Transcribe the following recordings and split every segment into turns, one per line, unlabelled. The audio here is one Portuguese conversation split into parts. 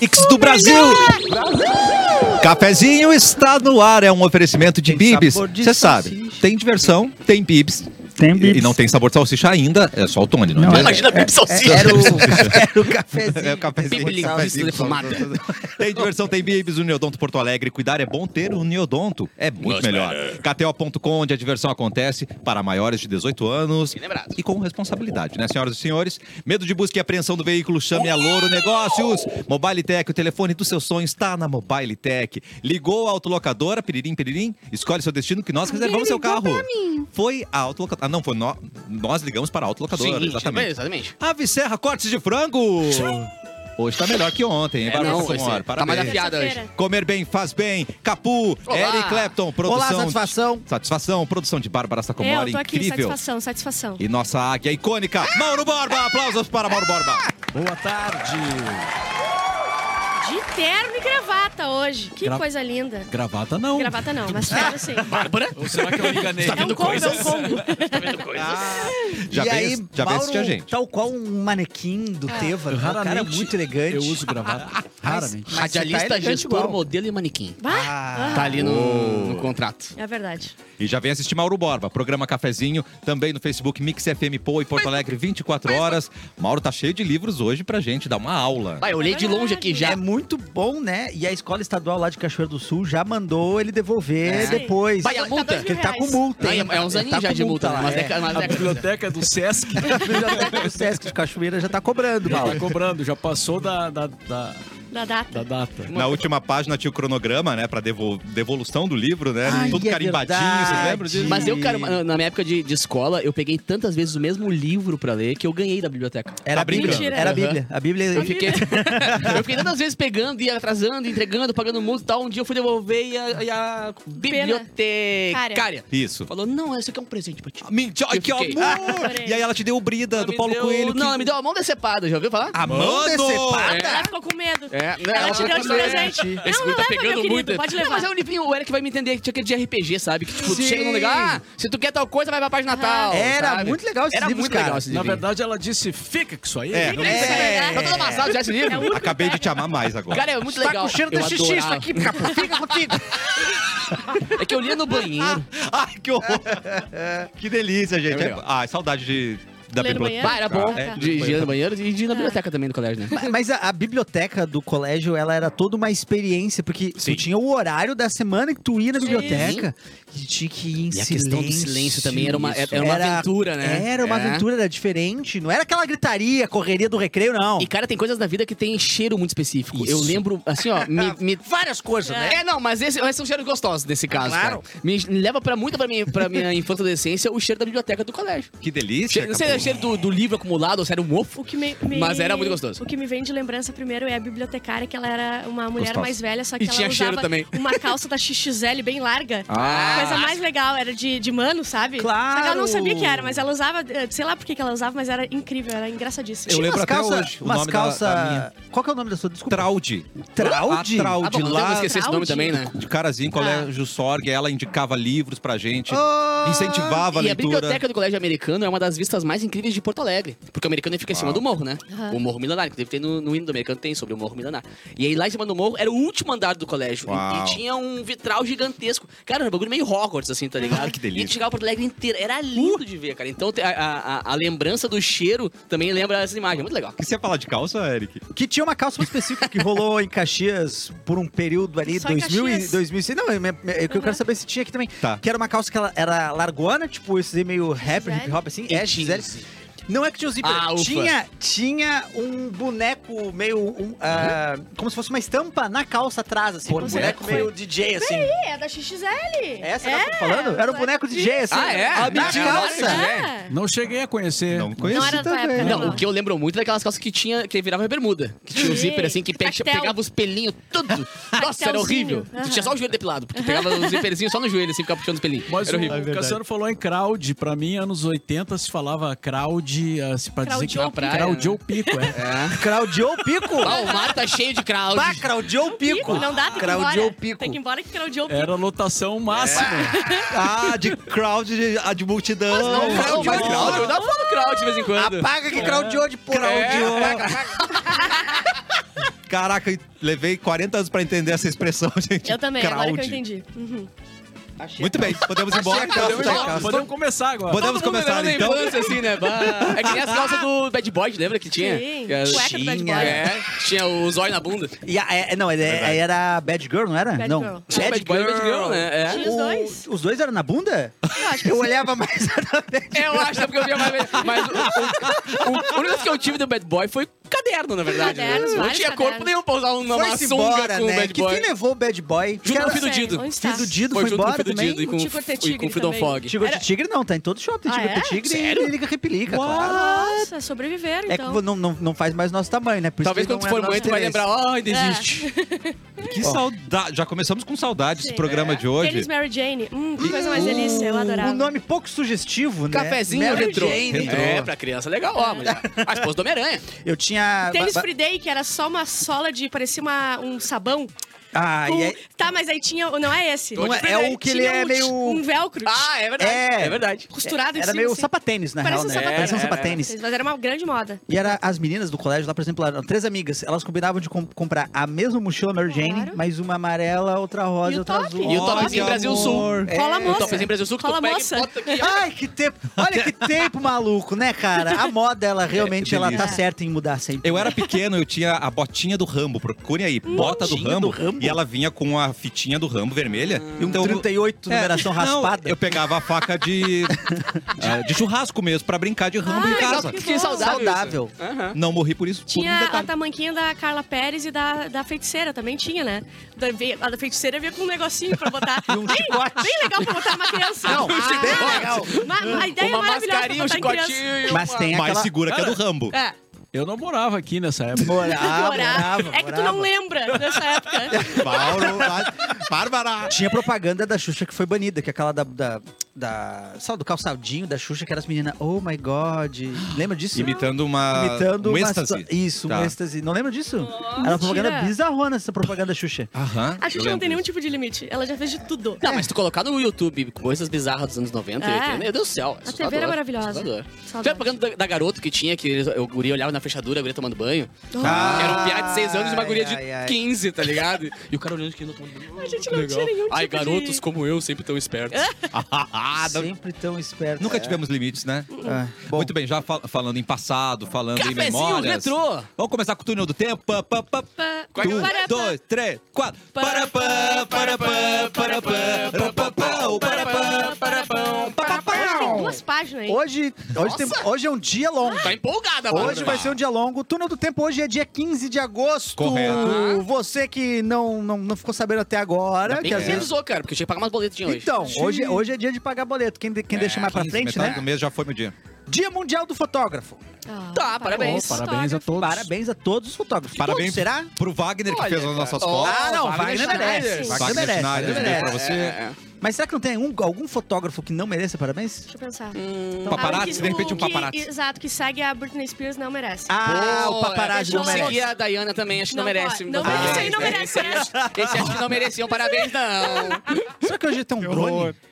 Mix do Brasil. Cafezinho está no ar, é um oferecimento de
Tem
bibis.
sabor de
Você sabe,
salsicha.
tem diversão, tem bibis.
Tem
E,
bibs.
e não tem sabor de salsicha ainda, é só o Tony, não,
Não,
é verdade?
Imagina Bibi Salsicha.
Era o, era o cafezinho.
É o cafezinho.
Bibi
Cafezinho. Tem diversão, tem bibis, Uniodonto Porto Alegre. Cuidar é bom ter o Neodonto. É muito
Much
melhor. KTO.com, onde a diversão acontece para maiores de 18 anos.
lembrado.
E com responsabilidade, né, senhoras e senhores? Medo de busca e apreensão do veículo, chame a Louro Negócios. Mobile Tech, o telefone do seu sonho está na Mobile Tech. Ligou a autolocadora, piririm, piririm, escolhe seu destino que nós reservamos seu carro. Foi a autolocadora. Ah, não, foi nó- nós ligamos para a autolocadora,
Sim,
exatamente.
exatamente.
Ave Serra Cortes de Frango. Hoje tá melhor que ontem, hein,
É,
Bárbara
não,
Sumor?
esse- tá
Parabéns.
mais afiada hoje.
Comer bem faz bem. Capu,
Olá.
Eric Clapton, produção.
Olá, satisfação.
Satisfação, produção de Bárbara
É,
Sacomori,
eu tô aqui,
incrível.
satisfação, satisfação.
E nossa águia icônica, Mauro Borba. Aplausos para Mauro Borba.
Boa tarde.
De terno e gravata hoje. Que
Gra-
coisa linda.
Gravata não.
Gravata não, mas terno sim.
Bárbara?
Ou será que eu me enganei?
É um combo, é um combo.
Tá vendo coisa?
Já
e
vem,
aí,
já vem
Mauro,
assistir a gente.
tal qual um manequim do Teva,
Eu
um cara
raramente
muito elegante.
Eu uso gravata. Raramente.
Mas você tá
Radialista,
elegante
gestor,
igual.
modelo e manequim.
Bah!
Ah.
Tá ali no, no contrato.
É verdade.
E já vem assistir Mauro Borba, programa Cafezinho, também no Facebook Mix FM Poa e Porto Alegre, 24 horas. Mauro tá cheio de livros hoje pra gente dar uma aula.
Vai, eu olhei de longe aqui já.
É muito bom, né? E a escola estadual lá de Cachoeira do Sul já mandou ele devolver
É.
depois.
Vai, a multa?
Porque ele tá com
Reais.
multa.
Não,
hein?
é- é uns
Ele
aninhos
tá
já
com
de multa,
lá,
mas
é.
é- mas
A
é-
biblioteca do Sesc
A biblioteca do Sesc de Cachoeira já tá cobrando,
já
Mauro.
tá cobrando, já passou da, da, da,
Na data.
da data.
Na última página tinha o cronograma, né? Pra devol- devolução do livro, né?
Ai,
Tudo
é
carimbadinho, vocês
verdade.
lembram disso?
Mas eu, cara, na- na minha época de, de escola, eu peguei tantas vezes o mesmo livro pra ler que eu ganhei da biblioteca.
Era
Tá
a Bíblia.
brincando.
Era a Bíblia. A Bíblia.
Eu fiquei, eu fiquei tantas vezes pegando, e atrasando, entregando, pagando multa e tal. Um dia eu fui devolver e a, e a bibliotecária
Isso.
falou, não, isso aqui é um presente pra ti.
Mentira, ai,
Eu
que
fiquei.
amor! E aí ela te deu o Brida
Ela
do
me
Paulo
deu-
Coelho. que-
Não, ela me deu a mão decepada, já ouviu falar?
Ah, mano!
decepada.
Ela ficou com medo.
Ah, É, né,
Ela
ela
te deu de
ficou com medo.
presente.
Esse
Não,
guri
não
tá
leva,
pegando
meu
muito.
querido. Pode
Não,
levar.
mas é um livrinho, o Eric vai me entender que tinha aquele de RPG, sabe? Que tipo, tu
Sim.
chega num lugar, ah, se tu quer tal coisa, vai pra página tal.
Era
Uhum. sabe?
muito legal esses
Era
livros,
muito
cara.
legal esse
Na
livro.
verdade, ela disse, fica com isso aí.
É, não-
Tá todo amassado já esse
É
livro?
um-
Acabei de te amar mais agora.
Cara, é muito
Tá
legal. Eu adorava.
capô. Fica contigo.
É que eu lia no banheiro.
Ai, que horror! que delícia, gente.
É legal.
Ai, saudade de... da
Ler Tá. no
biblioteca.
Bah, era bom.
É,
De, de ir no banheiro e de ir na biblioteca também do colégio, né?
Mas a, a biblioteca do colégio, ela era toda uma experiência, porque tu tinha o horário da semana que tu ia na biblioteca, que tinha que ir em
E a
silêncio.
questão do silêncio também era uma- era uma aventura, né?
Era uma
É.
aventura, era diferente. Não era aquela gritaria, correria do recreio, não.
E, cara, tem coisas na vida que tem cheiro muito específico. Eu
Isso.
lembro, assim, ó, me, me-
Várias coisas,
É, não, mas esse, esse é um cheiro gostoso nesse caso.
Claro.
cara. Me leva pra muito pra minha, pra minha infância e adolescência o cheiro da biblioteca do colégio.
Que delícia.
Che- não sei se é
Capu.
o cheiro do, do livro acumulado ou se era um mofo.
O que me, me-
Mas era muito gostoso.
O que me vem de lembrança primeiro é a bibliotecária, que ela era uma mulher
Gostosa.
mais velha, só que
E
ela
tinha
usava
cheiro também.
uma calça da XXL bem larga.
Ah.
Coisa mais legal, era de, de mano, sabe?
Claro.
Só que ela não sabia que era, mas ela usava, eh, sei lá por que que ela usava, mas era incrível, era engraçadíssimo.
Eu
Tinha
lembro
umas
até
calça,
hoje o
umas
nome da-
calça...
da minha.
Qual que é o nome da sua? Desculpa.
Traude.
Traude?
A Traude
Ah, bom, não
lá...
temos que esquecer esse nome
Claude.
também, né?
De carazinho, colégio Sorg, ela indicava livros pra gente,
Ah,
incentivava a
E a
leitura.
biblioteca do Colégio Americano é uma das vistas mais incríveis de Porto Alegre. Porque o americano fica em cima do morro, né?
Aham.
O morro milenar, que tem no, no hino do americano, tem sobre o morro milenar. E aí lá em cima do morro era o último andar do colégio.
Uau.
E, e tinha um vitral gigantesco. Cara, era um bagulho meio Hogwarts, assim, tá ligado?
que delícia.
E a gente chegava Porto Alegre inteiro. Era lindo de ver, cara. Então a, a- a- a lembrança do cheiro também lembra essa imagem. É Muito legal.
O que você ia falar de calça, Eric?
Que tinha uma calça específica que rolou em Caxias por um período ali,
Só em
2000 e
Caxias?
2006. Não, é, é, é que eu
Uhum.
quero saber se tinha aqui também.
Tá.
Que era uma calça que ela era largona, tipo esse meio rap,
XL?
hip hop assim. É, XL. Não é que tinha o zíper.
Ah, ufa.
tinha, tinha um boneco meio. um, ah, como se fosse uma estampa na calça atrás, assim.
Por
um boneco
boneco?
meio DJ, assim.
Ih, é da XXL!
Essa
é,
que eu tô falando? Era um boneco DJ, assim.
Ah, é?
A né?
Na
calça.
calça.
É.
Não cheguei a conhecer.
Não conheço
Não era da tua
também.
época,
né? Não,
Não.
o que eu lembro muito é daquelas calças que tinha, que virava bermuda. Que tinha um
Sim.
zíper assim, que pe-
Tactel.
pegava os pelinhos, tudo. Nossa, era
Tactelzinho.
horrível. Tu
Aham.
tinha só o joelho depilado, porque pegava o zíperzinho só no joelho, assim, ficava puxando os pelinhos.
Mas
era
o,
horrível.
o Cassiano falou em crowd. Pra mim, anos 80 se falava crowd, ah, se pra dizer que
Crowdeou
o pico.
crowdeou o pico, é.
É.
Craudiou o pico.
Ah, o mar tá cheio de crowd.
Pá, craudiou o pico.
Não dá, tem que ir
Craudiou o
embora.
pico.
Tem que ir embora que craudiou o
É.
pico.
Era lotação máxima.
Ah, de crowd, de, ah, de multidão.
Não, não,
crowd,
mas
não.
crowd, eu dava falo crowd de vez em quando.
Apaga que craudiou de porra.
Craudiou.
Apaga, apaga.
Caraca, e levei 40 anos pra entender essa expressão, gente.
Eu também, agora que eu
Crowd.
entendi. Uhum.
Muito bem, podemos ir embora.
Podemos
Tá,
ir embora.
tá.
Podemos começar agora.
Podemos
Todo mundo
começar,
lembrando da
então?
infância, assim, né? Bah. É que nem as calças do Bad Boy, lembra que tinha?
Sim,
Que as-
cueca do Bad
Tinha.
Boy.
É, tinha o zóio na bunda.
E a- é- é- não, é- é- era Bad Girl, não era?
Bad
não.
Girl.
Tinha Bad Boy e Bad Girl, né? É.
Tinha os
O-
dois.
Os dois eram na bunda? Eu,
acho que
olhava mais a da Bad
É, eu acho, é porque eu via mais. Mas o, o, o único que eu tive do Bad Boy foi caderno, na verdade. né?
Cadernos,
Não
vários
tinha
cadernos.
corpo nenhum pra usar uma uma
Foi-se
sunga
embora,
com o
né?
Bad
que,
Boy.
quem levou o Bad Boy?
Junto
Cara,
com o Fido
Sério,
Dido.
Onde tá? está?
Fido Dido foi,
Foi junto com o
embora
Fido
também?
Dido e com,
O Tico até
e com o
Tigre
Freedom
também.
Fog.
Tigre de Tigre não, tá em todo shopping. Tem
Ah,
Tigre
é?
de Tigre
Sério?
e Liga Repelica, claro.
Nossa, sobreviveram,
É
então.
que não, não, não faz mais nosso tamanho, né? Por isso
Talvez
que não
quando tu
é
for
nosso
mãe, tu vai
interesse.
lembrar, ó, ainda existe.
Né?
Que saudade. Já começamos com saudade desse
Sim.
programa de
Tênis
hoje.
Mary Jane. Hum, que coisa mais delícia, eu adorava.
Um nome pouco sugestivo, né?
Cafezinho
Mary
retrô.
Jane. É.
Retrô.
É, pra criança legal, ó. Mas a esposa do Homem-Aranha.
Eu tinha...
Tênis
ba- ba-
Free Day, que era só uma sola de. parecia uma, um sabão.
Ah,
Com-
e é...
Tá, mas aí tinha. Não é esse.
Não é- é o que ele
Tinha
é
um,
meio-
Um velcro.
Ah, é verdade. É,
É.
verdade.
costurado em
Era
cima,
meio
assim.
sapatênis, na
Parece
real,
um
né?
sapatênis.
Parecia um
Era, era.
sapatênis.
Mas era uma grande moda.
E era as meninas do colégio lá, por exemplo, eram três amigas. Elas combinavam de com- comprar a mesma mochila Mary Jane,
Claro.
mas uma amarela, outra rosa
E o
e outra
top?
azul.
E o
Olha
topzinho
que
Brasil
amor.
Sul.
É,
Cola a
O
então,
moça.
topzinho Então, Brasil Sul que
Cola
tu
a
pega
moça.
e bota aqui, ó.
Ai, que tempo! Olha que tempo maluco, né, cara? A moda, ela realmente, ela tá
delícia.
certa em mudar sempre.
É, Eu era pequeno, eu tinha a botinha do Rambo. Procurem aí, bota do
Botinha
Rambo,
do Rambo?
E ela vinha com a fitinha do Rambo vermelha.
E um 38
É,
numeração
não,
raspada.
eu pegava a faca de, ah, de, de churrasco mesmo, pra brincar de Rambo em
Ah,
casa.
que
Que
bom.
saudável.
Saudável.
isso. Aham.
Não morri por isso. por um
Tinha a
detalhe.
tamanquinha da Carla Pérez e da, da feiticeira, também tinha, né? Da, veio- a da feiticeira veio com um negocinho pra botar.
E um
bem,
chicote.
bem legal pra botar uma criança. Ah,
Não, um chicote.
Ma- a ideia é
Uma
maravilhosa pra
mascarinha, um
botar em criança.
chicotinho. e
Mas
uma-
tem
Mais
aquela... Ah.
segura que a do Rambo.
É.
Eu não morava aqui nessa época.
Ah,
Morava,
Morar.
morava,
é que tu não
morava.
lembra dessa época.
Mauro, Bárbara.
Tinha propaganda da Xuxa que foi banida, que é aquela da. da... Da, sabe, do calçadinho da Xuxa, que era as meninas, oh my god. Lembra disso?
Imitando uma. um
Imitando uma
êxtase.
situa- Isso,
Tá.
um êxtase. Não lembra disso? era uma propaganda
mentira.
bizarrona essa propaganda da Xuxa.
Aham.
A
eu
Xuxa não
lembro
tem nenhum
disso.
tipo de limite. Ela já fez de tudo.
Não, mas tu colocar no YouTube coisas bizarras dos anos 90 e
É.
80, meu Deus do céu.
A TV era maravilhosa. Saudade.
Sabe a propaganda da, da garota que tinha, que eles- o guri olhava na fechadura, a guria tomando banho?
Ah.
que era um piá de 6 anos e uma guria de
Ai, ai.
15, tá ligado? E o cara olhando aqui, não tá tomando banho.
A gente não tinha nenhum tipo
Ai,
de-
garotos como eu sempre tão espertos.
tipo-
Ah, não-
Sempre tão esperto.
Nunca
É.
tivemos limites, né?
Hum,
Ah, bom.
Muito bem, já fal- falando em passado, falando em
Cafezinho
memórias.
retrô.
Vamos começar com o túnel do tempo. Pá, pá, pá.
Pa-
Um,
É. para-
dois, três, quatro. Para, pá, para, pá, para, pá, para, pá, pá, para, pá, para, pá, pá, pá,
Hoje
pá.
tem duas páginas aí.
Hoje, hoje, tem-
Nossa.
hoje é um dia longo.
Tá empolgada, mano.
Hoje
né?
vai ser um dia longo. O Túnel do Tempo hoje é dia 15 de agosto.
Correto.
Você que não, não, não ficou sabendo até agora.
Bem
que
que
às
é.
você
vezes...
avisou, cara, porque eu tinha que pagar umas boletinhas hoje.
Então, hoje, hoje é dia de pagar boleto. Quem, de- quem deixa mais pra
15,
frente,
É, metade
né?
do mês já foi meu dia.
Dia Mundial do Fotógrafo.
Ah,
Tá, parabéns.
Oh, parabéns a todos.
Parabéns a todos os fotógrafos.
Parabéns
Todos, será?
pro Wagner que
Olha,
fez as nossas
cara.
fotos.
Ah, não,
Wagner
Wagner
Schneider.
merece.
Wagner
Wagner merece.
Schneider,
Wagner
deu pra
merece.
você.
Mas será que não tem algum, algum fotógrafo que não mereça parabéns?
Deixa eu pensar.
Paparazzi,
Ah, que-
de repente um
que-
paparazzi.
exato, que segue a Britney Spears não merece.
Ah,
Pô,
o paparazzi
é,
não
eu segui
merece.
a Dayana também, acho que não,
Não
merece. um
pode.
É
Não,
Parabéns.
esse aí não merece, É
Esse, esse acho que não mereciam parabéns, não.
Será que hoje tem um drone? Será que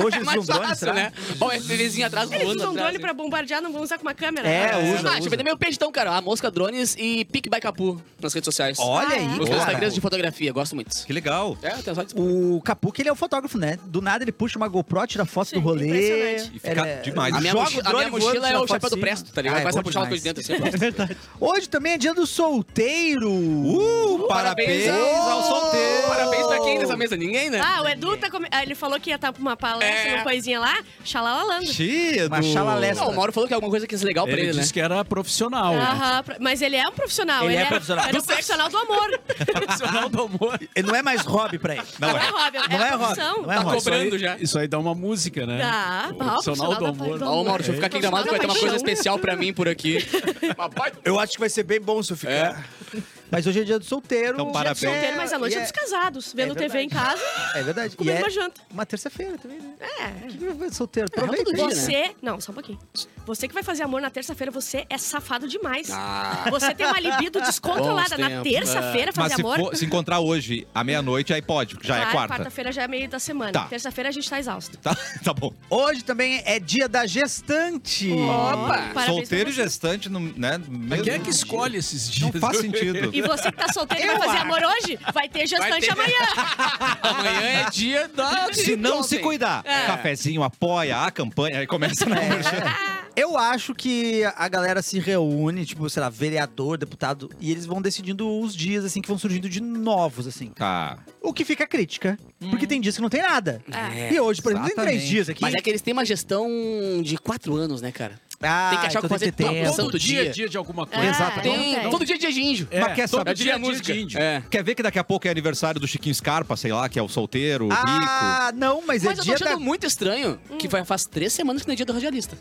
Hoje
é
eles
mais
usam drone,
fácil,
será?
né? Olha o FPVzinho atrás voando.
É, Eles usam
atrás,
drone
né?
pra bombardear, não vão usar com uma câmera?
É,
Ah,
usa,
ah, deixa eu vender meu peixe então, cara. A mosca, drones e pique by capu nas redes sociais.
Olha
Ah, é?
aí,
Os meus
cara.
Instagrams de fotografia, gosto muito.
Que legal.
É, tem só de...
O Capu, que ele é o fotógrafo, né? Do nada ele puxa uma GoPro, tira foto
Sim,
do rolê. é-
impressionante.
E fica demais.
A minha,
Joga
mochi-
o
a
drone
minha
voando,
mochila é
tira
o
foto
chapéu do
sim.
presto, tá ligado?
Ah, é
Começa a
bom
puxar uma coisa
demais.
dentro assim.
Hoje também é dia do solteiro.
Uh,
Parabéns
parabéns ao
ao-
solteiro.
Parabéns pra quem nessa mesa? Ninguém, né?
Ah, o Edu tá come- ah, Ele falou que ia estar pra uma palestra,
É.
uma coisinha lá, xalalalando.
Cheia
Uma chalalé.
Não, o Mauro falou que é alguma coisa que é legal pra
Ele
ele, né?
disse que era profissional.
Aham, pro- mas ele é um profissional.
Ele é profissional.
Ele é um profissional do amor.
Profissional do amor.
Ele não é mais hobby pra ele.
Não é hobby, é
Não é hobby.
profissão.
Não é
Tá
hobby.
Isso aí-
cobrando já.
Isso aí dá uma música, né?
Dá. Ah, o
profissional do
da-
amor.
Ó, o Mauro, deixa eu ficar aqui gramado que vai ter uma coisa especial pra mim por aqui. Uma baita-
Eu acho que vai ser bem bom se eu ficar. Mas hoje é dia do solteiro.
Então,
Dia
parabéns.
do solteiro,
Ter mais a noite
e
é dos casados, vendo
verdade.
TV em casa,
É verdade. E
comendo
é
uma janta.
uma terça-feira também, né?
É.
Que vai solteiro. Aproveita.
todo dia, né?
Você. Não, só um pouquinho. Você que vai fazer amor na terça-feira, você é safado demais.
Ah.
Você tem uma libido descontrolada
Bons
na
tempos,
terça-feira
é. Mas
fazer
se,
amor.
for- se encontrar hoje, à meia-noite, aí pode, porque já é
Claro,
quarta.
Quarta-feira já é meio da semana.
Tá.
Terça-feira a gente tá exausto.
Tá, tá bom.
Hoje também é dia da gestante.
Opa!
Parabéns pra
Solteiro e
você.
gestante, no, né?
Mas
mesmo
quem é que
dia.
escolhe esses dias?
Não faz sentido.
E você que tá solteiro e vai fazer amor hoje, vai ter gestante
ter.
amanhã.
Amanhã é dia da.
Se não se
Ontem.
cuidar, cafezinho apoia a campanha, aí começa na
Eu acho que a galera se reúne, tipo, sei lá, vereador, deputado, e eles vão decidindo os dias, assim, que vão surgindo de novos, assim.
Tá.
O que fica crítica, porque tem dias que não tem nada.
É,
e hoje, por exemplo, tem três
exatamente.
dias aqui.
Mas é que eles têm uma gestão de quatro anos, né, cara?
Ah,
tem que achar o que
então
fazer
tem
todo
tempo.
santo dia.
é dia de alguma
Ah,
coisa.
Tem,
Tem. Todo dia é dia de índio.
É,
Mas quer
todo
saber-
dia é música.
de índio. É.
Quer ver que daqui a pouco é aniversário do Chiquinho Scarpa, sei lá, que é o solteiro, rico.
Ah, não, mas,
Mas
é
eu tô
dia
achando um
da... Hum.
muito estranho que vai- faz três semanas que não é dia do radialista.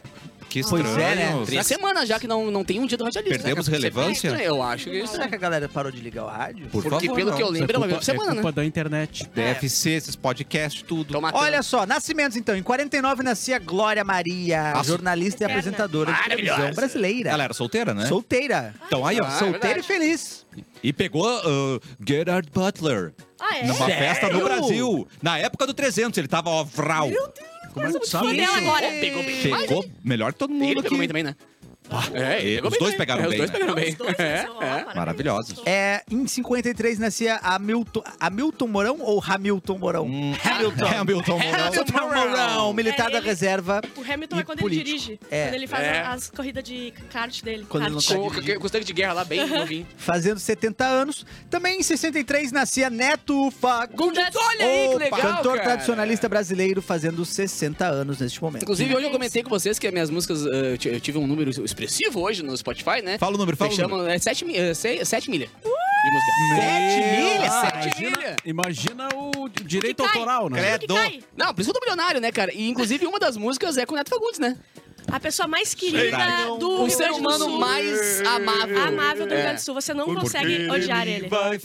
Que
Pois
estranho.
é, né?
Três semanas já que não, não tem um dia do radialista.
Perdemos
né, cara? Você
relevância?
fica estranho, Eu acho que é
Será
estranho.
que a galera parou de ligar o rádio?
Por
Porque
favor,
pelo
não.
que eu
Isso
lembro, era uma vez por
culpa, é
semana, né?
culpa da internet.
DFC, esses podcasts, tudo.
Tomar
Olha só, nascimentos então. Em 49 nascia Glória Maria,
Nossa.
jornalista e
Eterna.
apresentadora de televisão
Maravilhosa.
brasileira.
Galera, solteira, né?
Solteira.
Então aí, ó.
Ah,
solteira.
Solteira e feliz.
E pegou uh, Gerard Butler
Ah, é?
numa festa no Brasil. Na época do 300, ele tava, ó, vral.
Como é que tu
fã
sabe?
dela
isso?
agora.
Pegou bem.
Chegou melhor que todo mundo
Ele
aqui.
pegou bem também, né?
e-
É, ele pegou
Ah, os
bem
dois
também.
pegaram
É,
bem,
Os dois
né?
pegaram
Os
bem.
dois,
É,
ó,
é.
Maravilhosos.
É, em 53 nascia Hamilton, Hamilton Mourão ou Hamilton Mourão? Hamilton.
Hum. É, Hamilton né? Mourão.
Hamilton Mourão, militar
É,
da
ele-
reserva.
O Hamilton
E
é quando
político.
ele dirige.
É.
Quando ele faz
É.
as corridas de kart dele.
Quando ele não
kart.
tá
Com- Com com os tanques de guerra lá, bem novinho.
Fazendo 70 anos. Também em 63 nascia Neto Fagundes.
Neto,
olha aí, que
o
legal,
Cantor
cara.
tradicionalista brasileiro fazendo 60 anos neste momento.
Inclusive, hoje eu comentei com vocês que as minhas músicas, eh, eu ti- eu tive um número expressivo hoje no Spotify, né?
Fala o número, fala o número.
Fechamos, é 7 milha de música. Sete milha?
Ah,
Sete milha?
É, imagina, imagina o direito
Cai.
autoral, né?
Credo.
Que cai.
Não, por isso que eu tô milionário, né, cara? E inclusive uma das músicas é com o Neto Fagundes, né?
A pessoa mais querida
Verdade.
do
O
Rio
Um ser
Grande do
humano
Sul.
mais amável.
amável do Rio
É.
Grande do Sul. Você não consegue odiar ele.
Vai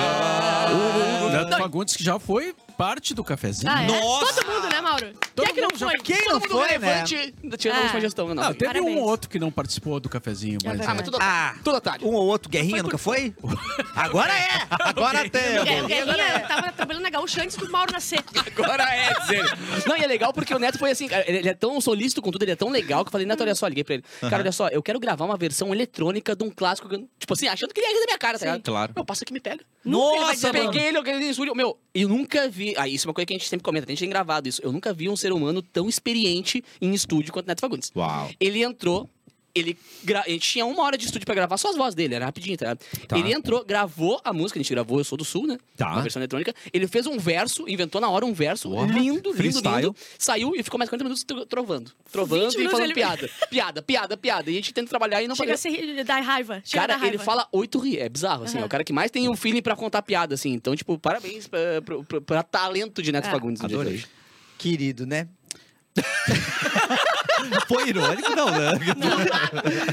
ficar.
O Neto Fagundes que já foi parte do cafezinho.
Ah, é?
Nossa!
Todo mundo, né, Mauro?
Todo
Quem é que não
mundo já-
foi?
Quem
Todo
não
mundo
foi, né?
relevante, tirando a última gestão. Não,
Ah, teve
Parabéns. É
um outro que não participou do cafezinho, mas.
verdade.
Ah, mas tudo otário.
Ah,
Tudo otário.
um ou outro, Guerrinha nunca foi? Agora é!
Agora
O Guer- o
temos.
Guerrinha tava trabalhando na Gaúcha antes do Mauro nascer.
Agora é, diz ele. Não, e é legal porque o Neto foi assim, cara, ele ele é tão solícito com tudo, ele é tão legal que eu falei, Neto, olha só, liguei pra ele. Cara, olha só, eu quero gravar uma versão eletrônica de um clássico, que eu- tipo assim, achando que ele ia rir da minha cara, tá ligado?
Claro.
Meu, passa aqui e me pega.
Nossa,
Nunca ele vai dizer,
mano.
peguei ele, eu quero ir no estúdio. Meu, eu nunca vi. Ah, isso é uma coisa que a gente sempre comenta, a gente tem gravado isso. Eu nunca vi um ser humano tão experiente em estúdio quanto o Neto Fagundes.
Uau.
Ele entrou. Ele, gra... ele tinha uma hora de estúdio pra gravar só as vozes dele, era rapidinho, tá?
Tá.
Ele entrou, gravou a música, a gente gravou Eu Sou do Sul, né?
Tá.
Uma versão eletrônica. Ele fez um verso, inventou na hora um verso
What?
lindo, lindo,
Freestyle.
lindo. Saiu e ficou mais 40 minutos tro- trovando. Trovando e
minutos
falando
ele-
piada. Piada, piada, piada. E a gente tenta trabalhar e não
Chega a
fazer.
ser dar raiva. Chega a dar
Cara,
raiva.
ele fala oito ri. É bizarro, assim. É o cara que mais tem um feeling pra contar piada, assim. Então, tipo, parabéns pra, pro- pro- pra talento de Neto
É.
Fagundes. no dia de
Adorei.
hoje.
Querido, né?
Foi irônico, não, né?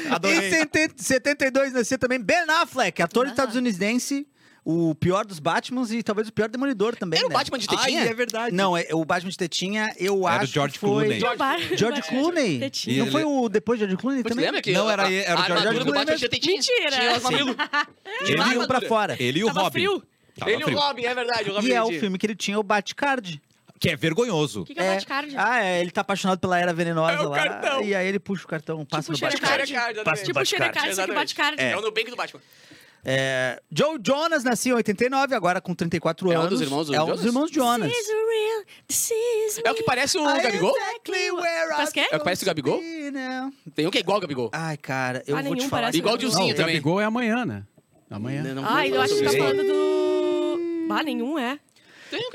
Em
Adorei.
70 72 nascia também Ben Affleck, ator
Ah.
estadunidense, o pior dos Batmans e talvez o pior demolidor também.
Era o
né?
Batman de
Ai,
tetinha?
é verdade.
Não, é, o Batman de Tetinha,
Era
eu
o
acho. que
George
foi...
Clooney.
Não, para.
George Clooney?
Tetinha.
Não
Ele-
foi o depois de George Clooney
Você
também?
lembra que
Não, era-
a,
era o
a
George
armadura do
Clooney
Batman
mesmo.
tinha tetinha?
Mentira.
Tinha um os mamilos.
Ele
Ele e um pra fora.
Ele e o
Tava
Robin.
frio.
Tava
Ele e
frio.
o Robin, é verdade. O Robin
E é o
Hood.
filme que ele tinha o Batcard.
Que é vergonhoso.
O que, que é o Batcard?
Ah, é, ele tá apaixonado pela era venenosa
É o
lá.
cartão.
E aí ele puxa o cartão, passa
Tipo
no Batcard.
Xerecard.
Xerecard, exatamente.
Tipo Xerecard, só que
Exatamente.
Batcard.
É o Nubank do Batman.
É, Joe Jonas nasceu em 89, agora com 34
É um
anos.
dos irmãos do
É um
Jonas?
dos irmãos Jonas.
This is real, this is
É o que
me.
parece o Gabigol?
Exactly where
Faz
I
quê?
É o que parece o Gabigol?
be now.
Tem um que é igual ao Gabigol.
Ai, cara, eu
Ah,
vou te
nenhum
falar.
parece
Igual o Dilcinho
Não, o
também.
Gabigol é amanhã, né? Amanhã.
Ai, eu acho que tá falando do... Ah, nenhum é.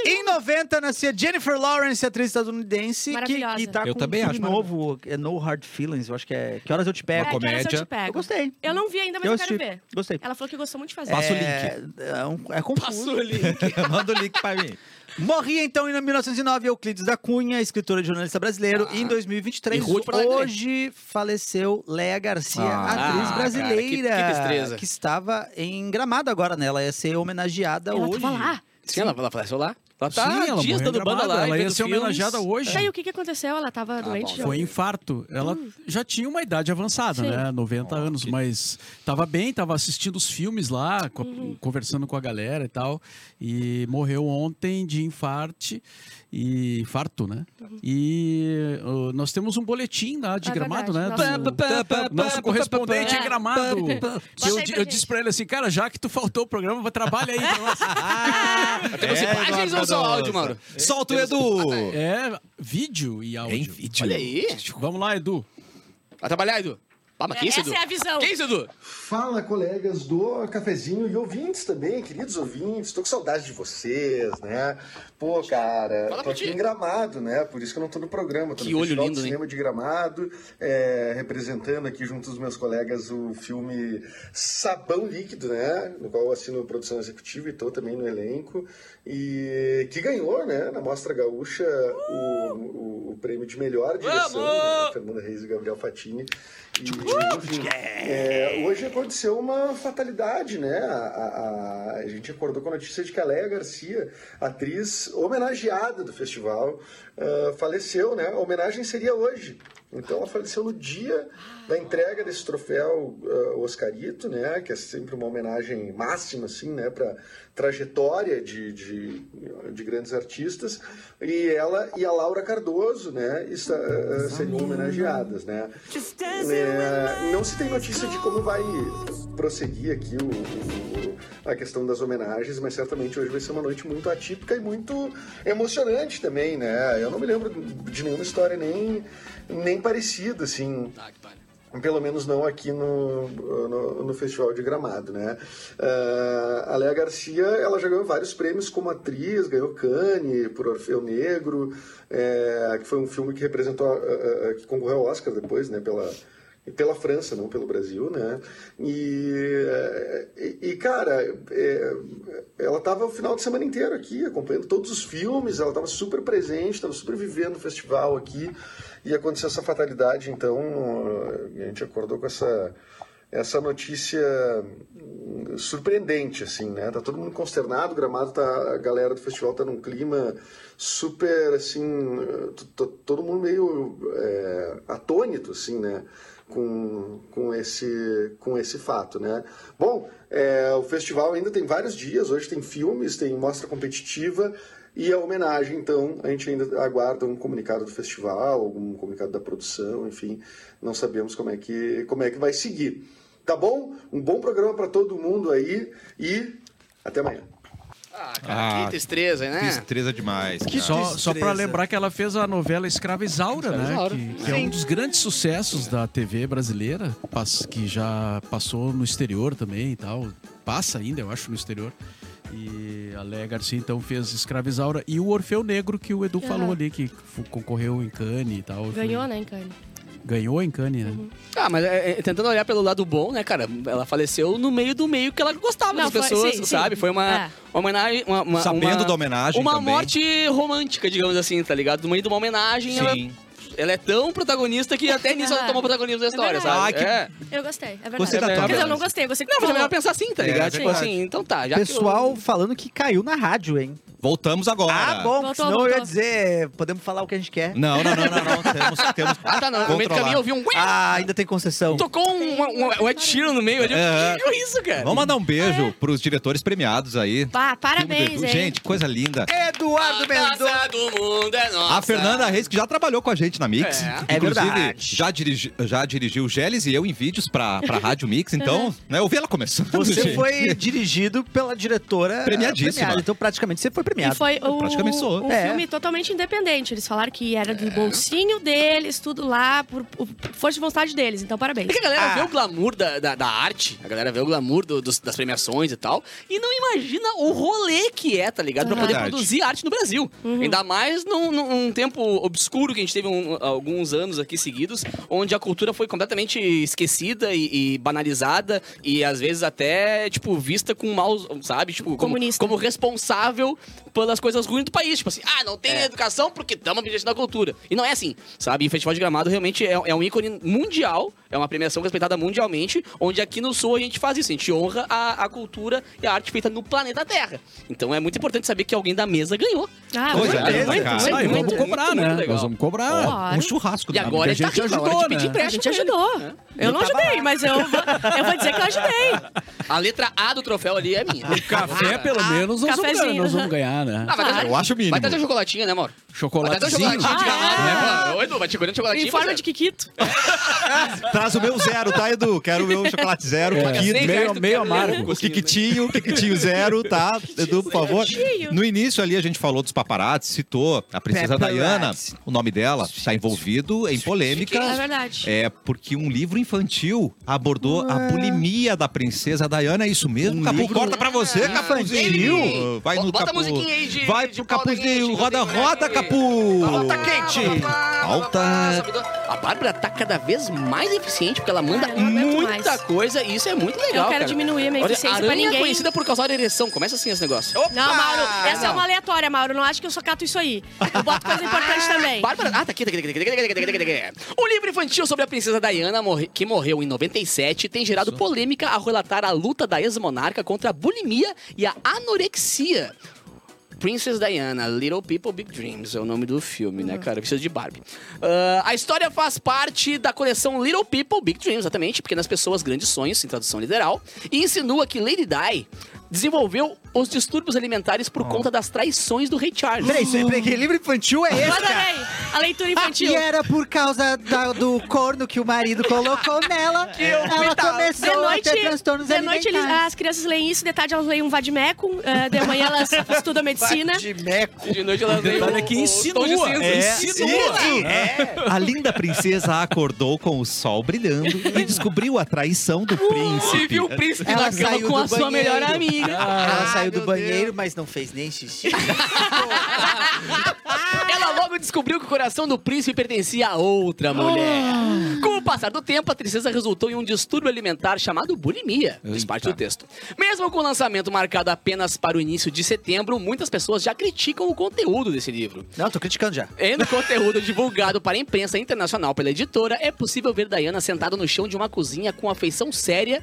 Em 90 nascia Jennifer Lawrence, atriz estadunidense, que,
Maravilhosa.
que tá
Eu
com
também
um filme
acho
novo, é No Hard Feelings, eu acho que é Que Horas Eu Te
É,
Pego.
que horas
comédia.
Eu, te pego.
Eu gostei.
Eu não vi ainda, mas
eu
eu,
assisti,
quero ver.
gostei.
Ela falou que gostou muito de fazer.
Passa o
é, É, um, é confuso.
Passou ali.
Manda o link pra mim.
Morria então em 1909 Euclides da Cunha, escritora e jornalista brasileiro.
Ah.
E em 2023,
E Ruth Prazer.
hoje, faleceu Léa Garcia,
Ah.
atriz
Ah,
brasileira.
cara, que- que destreza.
que estava em Gramado agora, né? Ela ia ser homenageada
Ela
hoje.
tava lá.
Sim, ela ela faleceu lá. Ela
Sim,
tá
ela
dias
morreu
dando banda
gravada,
lá.
Ela ia
vendo
ser
filmes.
homenageada hoje.
Daí, o que, que aconteceu? Ela tava doente?
bom,
ou-
Foi infarto. Ela já tinha uma idade avançada,
Sim.
né? 90 anos, mas tava bem, tava assistindo os filmes lá,
Uhum.
co- conversando com a galera e tal. E morreu ontem de infarte. E farto, né? E ô, nós temos um boletim lá de
Uhum. É
gramado,
verdade,
né?
nosso-
Do- nosso correspondente em gramado. Que eu,
aí pra
eu
gente.
disse pra ele assim, cara, já que tu faltou o programa, trabalha aí. pra nós.
Temos imagens ou só áudio, Mauro?
É, Solta o Edu!
é vídeo e áudio.
Em vídeo.
Olha aí.
Vamos lá, Edu.
Vai trabalhar, Edu. Ah, mas que isso,
Essa
Edu?
é a visão.
Que isso, Edu?
Fala, colegas do cafezinho e ouvintes também, queridos ouvintes. Tô com saudade de vocês, né? Pô, cara,
Fala
tô
pra ti.
aqui em Gramado, né? Por isso que eu não tô no programa. Tô
Que
no
olho
Festival
lindo,
de
hein?
Cinema de Gramado, é, representando aqui junto dos meus colegas o filme Sabão Líquido, né? No qual eu assino produção executiva e tô também no elenco. E que ganhou, né? Na Mostra Gaúcha o, o- o prêmio de melhor direção, né? Fernanda Reis e Gabriel Fatini. E, enfim, Uhum. é, hoje aconteceu uma fatalidade, né? A, a- a- a gente acordou com a notícia de que a Leia Garcia, atriz homenageada do festival, ah, faleceu, né? A homenagem seria hoje. Então ela faleceu no dia da entrega desse troféu ah, Oscarito, né? Que é sempre uma homenagem máxima, assim, né? Para trajetória de, de, de grandes artistas. E ela e a Laura Cardoso, né? Está, ah, seriam homenageadas, né? É, não se tem notícia de como vai prosseguir aqui o- o- o- a questão das homenagens, mas certamente hoje vai ser uma noite muito atípica e muito emocionante também, né? Eu não me lembro de nenhuma história nem, nem parecida, assim.
Ah, que pariu.
Pelo menos não aqui no, no, no Festival de Gramado, né? Ah, a Léa Garcia, ela já ganhou vários prêmios como atriz, ganhou Cannes por Orfeu Negro, eh, que foi um filme que representou, a- a- a- que concorreu ao Oscar depois, né? Pela, pela França, não pelo Brasil, né? E, eh, e, e, cara, eh, ela estava o final de semana inteiro aqui, acompanhando todos os filmes, ela estava super presente, estava super vivendo o festival aqui, e aconteceu essa fatalidade, então eh, a gente acordou com essa, essa notícia hum, surpreendente, assim, né? Tá todo mundo consternado, o Gramado tá, a galera do festival tá num clima super, assim, eh, to- to- todo mundo meio eh, atônito, assim, né? Com, com, esse, com esse fato, né? Bom, eh, o festival ainda tem vários dias, hoje tem filmes, tem mostra competitiva, e a homenagem, então, a gente ainda aguarda um comunicado do festival, algum comunicado da produção, enfim, não sabemos como é que, como é que vai seguir. Tá bom? Um bom programa para todo mundo aí e até amanhã.
Ah, cara,
Ah,
que tristeza, né?
Tristeza é demais. cara.
Só, só pra
tristeza.
lembrar que ela fez a novela Escrava Isaura, né?
Isaura.
Que, que é um dos grandes sucessos da TV brasileira, pas- que já passou no exterior também e tal. Passa ainda, eu acho, no exterior. E a Léa Garcia, então, fez Escrava Isaura e o Orfeu Negro, que o Edu
Aham.
falou ali, que f- concorreu em Cannes e tal.
Ganhou, né, Uhum. Cane?
Ganhou em Cannes, né?
Ah, mas é, é, tentando olhar pelo lado bom, né, cara? Ela faleceu no meio do meio que ela gostava
Não,
das
foi-
pessoas,
sim, sim.
sabe? Foi uma,
É.
uma homenagem. Uma, uma-
Sabendo
uma-
da homenagem
Uma
também.
morte romântica, digamos assim, tá ligado? No meio de uma homenagem, ela,
Sim.
ela é tão protagonista que até nisso ela
É.
tomou protagonismo da história,
verdade.
sabe?
Ah, que-
É.
Eu gostei, é verdade.
Você tá
Quer dizer, eu
top.
não gostei, você que
Não, mas é
falou.
melhor pensar assim, tá
É,
ligado?
é
tipo
verdade.
assim, então tá. Já que eu-
Pessoal falando que caiu na rádio, hein?
Voltamos agora.
Ah, bom,
Voltou,
porque senão eu
voltou.
ia dizer, podemos falar o que a gente quer.
Não, não, não, não, não. Temos, temos que
Ah, tá, não. No meio do
controlar.
caminho eu vi um. ué,
Ah, ainda tem concessão.
Tocou um, um, um, um Ed Sheeran no meio ali.
É.
O que é isso, cara?
Vamos mandar um beijo pros diretores premiados aí.
Pá,
Filme
parabéns,
do Edu.
hein?
Gente, coisa linda.
Eduardo
A
Mendonça.
taça do mundo é nossa.
A Fernanda Reis, que já trabalhou com a gente na Mix.
É.
É
Inclusive,
verdade.
já, dirigi, já dirigiu Geles e eu em vídeos pra, pra Rádio Mix. Então, né, eu vi ela começando.
Você
gente.
foi dirigido pela diretora
Premiadíssima.
premiada, então praticamente você foi
E
premiado.
foi o,
praticamente sou.
um
É.
filme totalmente independente. Eles falaram que era do bolsinho deles, tudo lá, por, por força de vontade deles. Então, parabéns.
É que a galera
Ah.
vê o glamour da, da, da arte, a galera vê o glamour do- dos- das premiações e tal, e não imagina o rolê que é, tá ligado? Pra poder
Verdade.
produzir arte no Brasil. Ainda mais num, num- num tempo obscuro que a gente teve um- alguns anos aqui seguidos, onde a cultura foi completamente esquecida e, e banalizada, e às vezes até, tipo, vista com maus, sabe? Tipo, como,
Comunista.
como responsável pelas coisas ruins do país. Tipo assim, ah, não tem
É.
educação porque estamos objeto da cultura. E não é assim, sabe? E o Festival de Gramado realmente é, é um ícone mundial, é uma premiação respeitada mundialmente, onde aqui no Sul a gente faz isso, a gente honra a, a cultura e a arte feita no planeta Terra. Então é muito importante saber que alguém da mesa ganhou.
Ah,
Pois
muito,
é,
muito,
cara.
muito,
Isso é
Ah, e
muito,
vamos
muito,
cobrar,
muito
né?
legal.
Nós vamos cobrar.
Claro.
Um churrasco.
E
né?
agora
a
ele tá
gente
aqui, tá na
ajudou,
hora de
né?
pedir
A
empréstimo
gente
pra ele.
ajudou. Eu não
tava
ajudei, mas eu vou, eu vou dizer que eu ajudei.
A letra A do troféu ali é minha.
Café, pelo menos, nós vamos,
ah, cafezinho.
ganhar, nós vamos ganhar. ganhar, né?
Ah, vai trazer-
eu acho o mínimo.
Vai trazer chocolatinho, né, amor? Vai trazer um
Chocolatezinho.
chocolatinho de
Ah,
gramado,
é?
né? Claro. Ô, Edu, vai te colhendo chocolatinho.
Em forma
mas-
de Kikito.
Traz o meu zero, tá, Edu? Quero o meu chocolate zero,
É.
Kikito.
Cem reais
meio,
tu
meio
quebra
amargo.
um
O
pouquinho, né?
Kiktinho, o Kiktinho Zero, tá? Edu, por favor.
Kiktinho.
No início ali a gente falou dos paparazzi, citou a princesa
Paparazzi.
Diana. O nome dela está envolvido em polêmica.
É verdade.
É porque um livro infantil abordou a
É.
bulimia da princesa Diana. É isso mesmo,
Um
Capu?
livro
Corta pra você, Capuzinho.
É. Ele-
Vai no
Bota a
Capu.
musiquinha aí de-
Vai
de
pro
pau da
Capuzinho.
gente,
Roda,
gostei,
roda,
gostei.
Capu.
Pauta quente!
Pauta.
A Bárbara tá cada vez mais eficiente, porque ela manda
Cara, eu não aguento
muita
mais.
coisa e isso é muito legal.
Eu quero
cara.
diminuir a minha
Olha,
eficiência
aranha
pra ninguém.
é conhecida por causar ereção. Começa assim esse negócio.
Ah,
Não, Mauro, essa é uma aleatória, Mauro. Não acho que eu só cato isso aí. Eu boto coisa importante também.
Bárbara. Ah, tá aqui, tá aqui, tá aqui, tá aqui, tá aqui, tá aqui, tá aqui, tá aqui. O livro infantil sobre a princesa Diana, morre- que morreu em 97, tem gerado polêmica ao relatar a luta da ex-monarca contra a bulimia e a anorexia. Princess Diana, Little People, Big Dreams é o nome do filme, né, cara? Precisa de Barbie. Ah, a história faz parte da coleção Little People, Big Dreams, exatamente, Pequenas Pessoas, Grandes Sonhos, em tradução literal, e insinua que Lady Di desenvolveu os distúrbios alimentares por conta das traições do rei Charles.
Peraí, É isso aí, peraí, que livro infantil é
Eu
esse, cara?
adorei. A leitura
E
infantil.
era por causa da- do corno que o marido colocou nela. ela começou
De
a ter
noite,
transtornos
de noite eles-
alimentares.
as crianças leem isso, de tarde elas leem um vademecum, eh, de manhã elas estudam medicina.
De meco.
De noite ela
O detalhe
veio
é que
o- o
insinua,
tom de
isso.
cinza.
é,
É.
A linda princesa acordou com o sol brilhando e descobriu a traição do
Se
príncipe.
viu o príncipe
Ela
na cama
saiu
com a
do
sua
banheiro.
melhor amiga.
Ela
Ah,
saiu do
meu
banheiro, mas não fez nem xixi.
Ela logo descobriu que o coração do príncipe pertencia a outra mulher.
Ah.
Com o passar do tempo, a tristeza resultou em um distúrbio alimentar chamado bulimia, faz parte do texto. Mesmo com o lançamento marcado apenas para o início de setembro, muitas pessoas já criticam o conteúdo desse livro.
não, tô criticando já.
E no conteúdo divulgado para a imprensa internacional pela editora, é possível ver Diana sentada no chão de uma cozinha com afeição séria.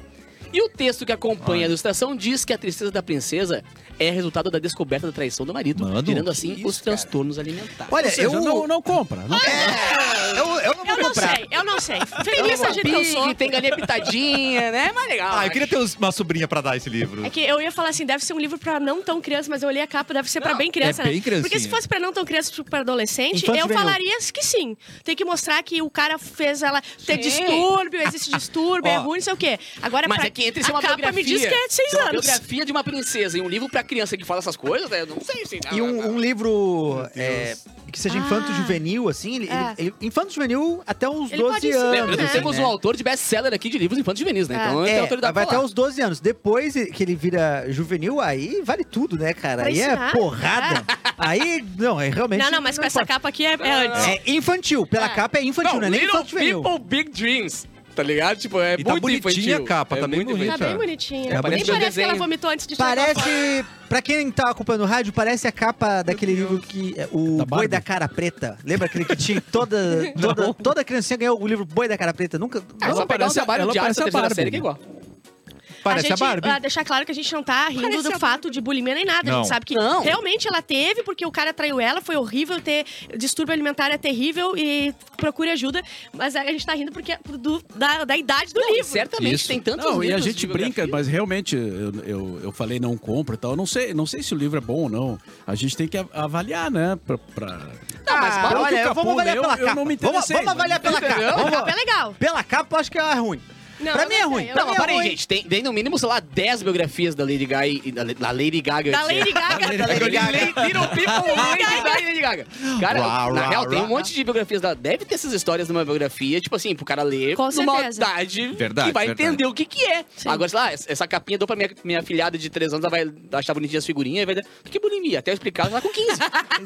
E o texto que acompanha a ilustração diz que a tristeza da princesa é resultado da descoberta da traição do marido,
Mano,
gerando
que
assim
isso,
os
cara?
transtornos alimentares.
Olha,
Ou seja,
eu,
não, não compra. Não compra.
eu, eu não vou
Eu não
comprar. Então,
sei, eu não sei. Feliz a gente que eu sou.
tem galinha pitadinha, né? Mas legal.
Ah, eu queria ter uma sobrinha pra dar esse livro.
É que eu ia falar assim, deve ser um livro pra não tão criança, mas eu olhei a capa, deve ser pra bem criança,
é bem
né?
criancinha.
Porque se fosse pra não tão criança, tipo pra adolescente,
Infante
eu
juvenil.
falaria que sim. Tem que mostrar que o cara fez ela ter distúrbio, existe distúrbio, é
Ó.
ruim, não sei o quê. Agora,
Mas
pra,
é que entre
a
ser uma
capa
biografia,
me diz que é de seis
ser uma
anos.
biografia de uma princesa e um livro pra criança que fala essas coisas, né? Eu não sei, sim.
E um, um livro é, que seja
Ah.
infanto-juvenil, assim, ele,
É.
ele- infanto-juvenil até uns
Ele
12
pode
anos.
ensinar,
Lembrando
né?
que
assim,
temos
né?
um autor de best-seller aqui de livros infantis e juvenis, né?
É.
Então ele tem
É,
autoridade
vai
pra
até
falar.
os 12 anos. Depois que ele vira juvenil, aí vale tudo, né, cara?
Pra
Aí é
ensinar.
porrada. Aí, não, é realmente.
Não, não, mas com essa
importa.
capa aqui é, é antes.
É infantil. Pela
É.
capa é infantil, não é nem
Little
infantil juvenil.
People Big Dreams. Tá ligado? Tipo, é
E tá
muito
bonitinha
infantil.
a capa,
é
tá bem
muito
bonita.
Tá
infantil.
bem bonitinha.
É,
Nem
parece
parece
um
que ela
desenho.
vomitou antes de chegar lá fora.
Parece, pra quem tá acompanhando o rádio, parece a capa daquele livro que. é, O
Da
Boi
Barbie?
da Cara Preta. Lembra aquele que tinha toda. Toda, toda criancinha ganhou o livro Boi da Cara Preta? Nunca.
É,
Ah,
Ela
só pegar um
parece-
trabalho
ela
de arte
parece
da
a
terceira
Barbie.
série que é igual.
Parece
gente,
a Barbie.
ah, deixar claro que a gente não tá rindo
Parece a
do fato de bulimia nem nada. A
Não.
gente sabe que
Não.
realmente ela teve, porque o cara traiu ela, foi horrível ter distúrbio alimentar, é terrível e procure ajuda. Mas a gente tá rindo porque do- da, da idade do livro.
Certamente
Isso.
tem tantos
Não, e a
livros
gente
de
brinca,
biografia.
mas realmente eu, eu, eu falei não compra e tal. Eu Não sei, não sei se o livro é bom ou não. A gente tem que a- avaliar, né? Pra, pra...
Não, mas
Ah,
para o que
olha,
o
vamos
Capu
avaliar
leu,
pela
eu
capa.
não me
vamos,
interessei,
vamos avaliar pela
Entendeu?
capa.
A
Vamos-
capa é legal.
Pela capa, eu acho que ela é ruim.
Não,
pra
eu
mim é
gostei,
ruim.
eu
Pra
Não,
mim
mas
é
para aí,
ruim.
gente. Tem, tem no mínimo, sei lá, 10 biografias da Lady Gaga. e- Da, da Lady Gaga.
Da
eu ia
Lady
dizer.
Gaga.
Da Lady
Lady
Gaga.
Little People, Lady Gaga e Lady Gaga. Cara,
Rá,
na
rá,
real, tem
rá.
um monte de biografias. Da... Deve ter essas histórias numa biografia, tipo assim, pro cara ler
Com
numa
certeza.
idade
Verdade,
que vai
verdade.
entender o que que é.
Sim.
Agora, sei lá, essa essa capinha eu dou pra minha, minha filhada de 3 anos, ela vai achar bonitinha as figurinhas e vai dizer, o que que é bulimia? Até eu explicar, ela tá com 15.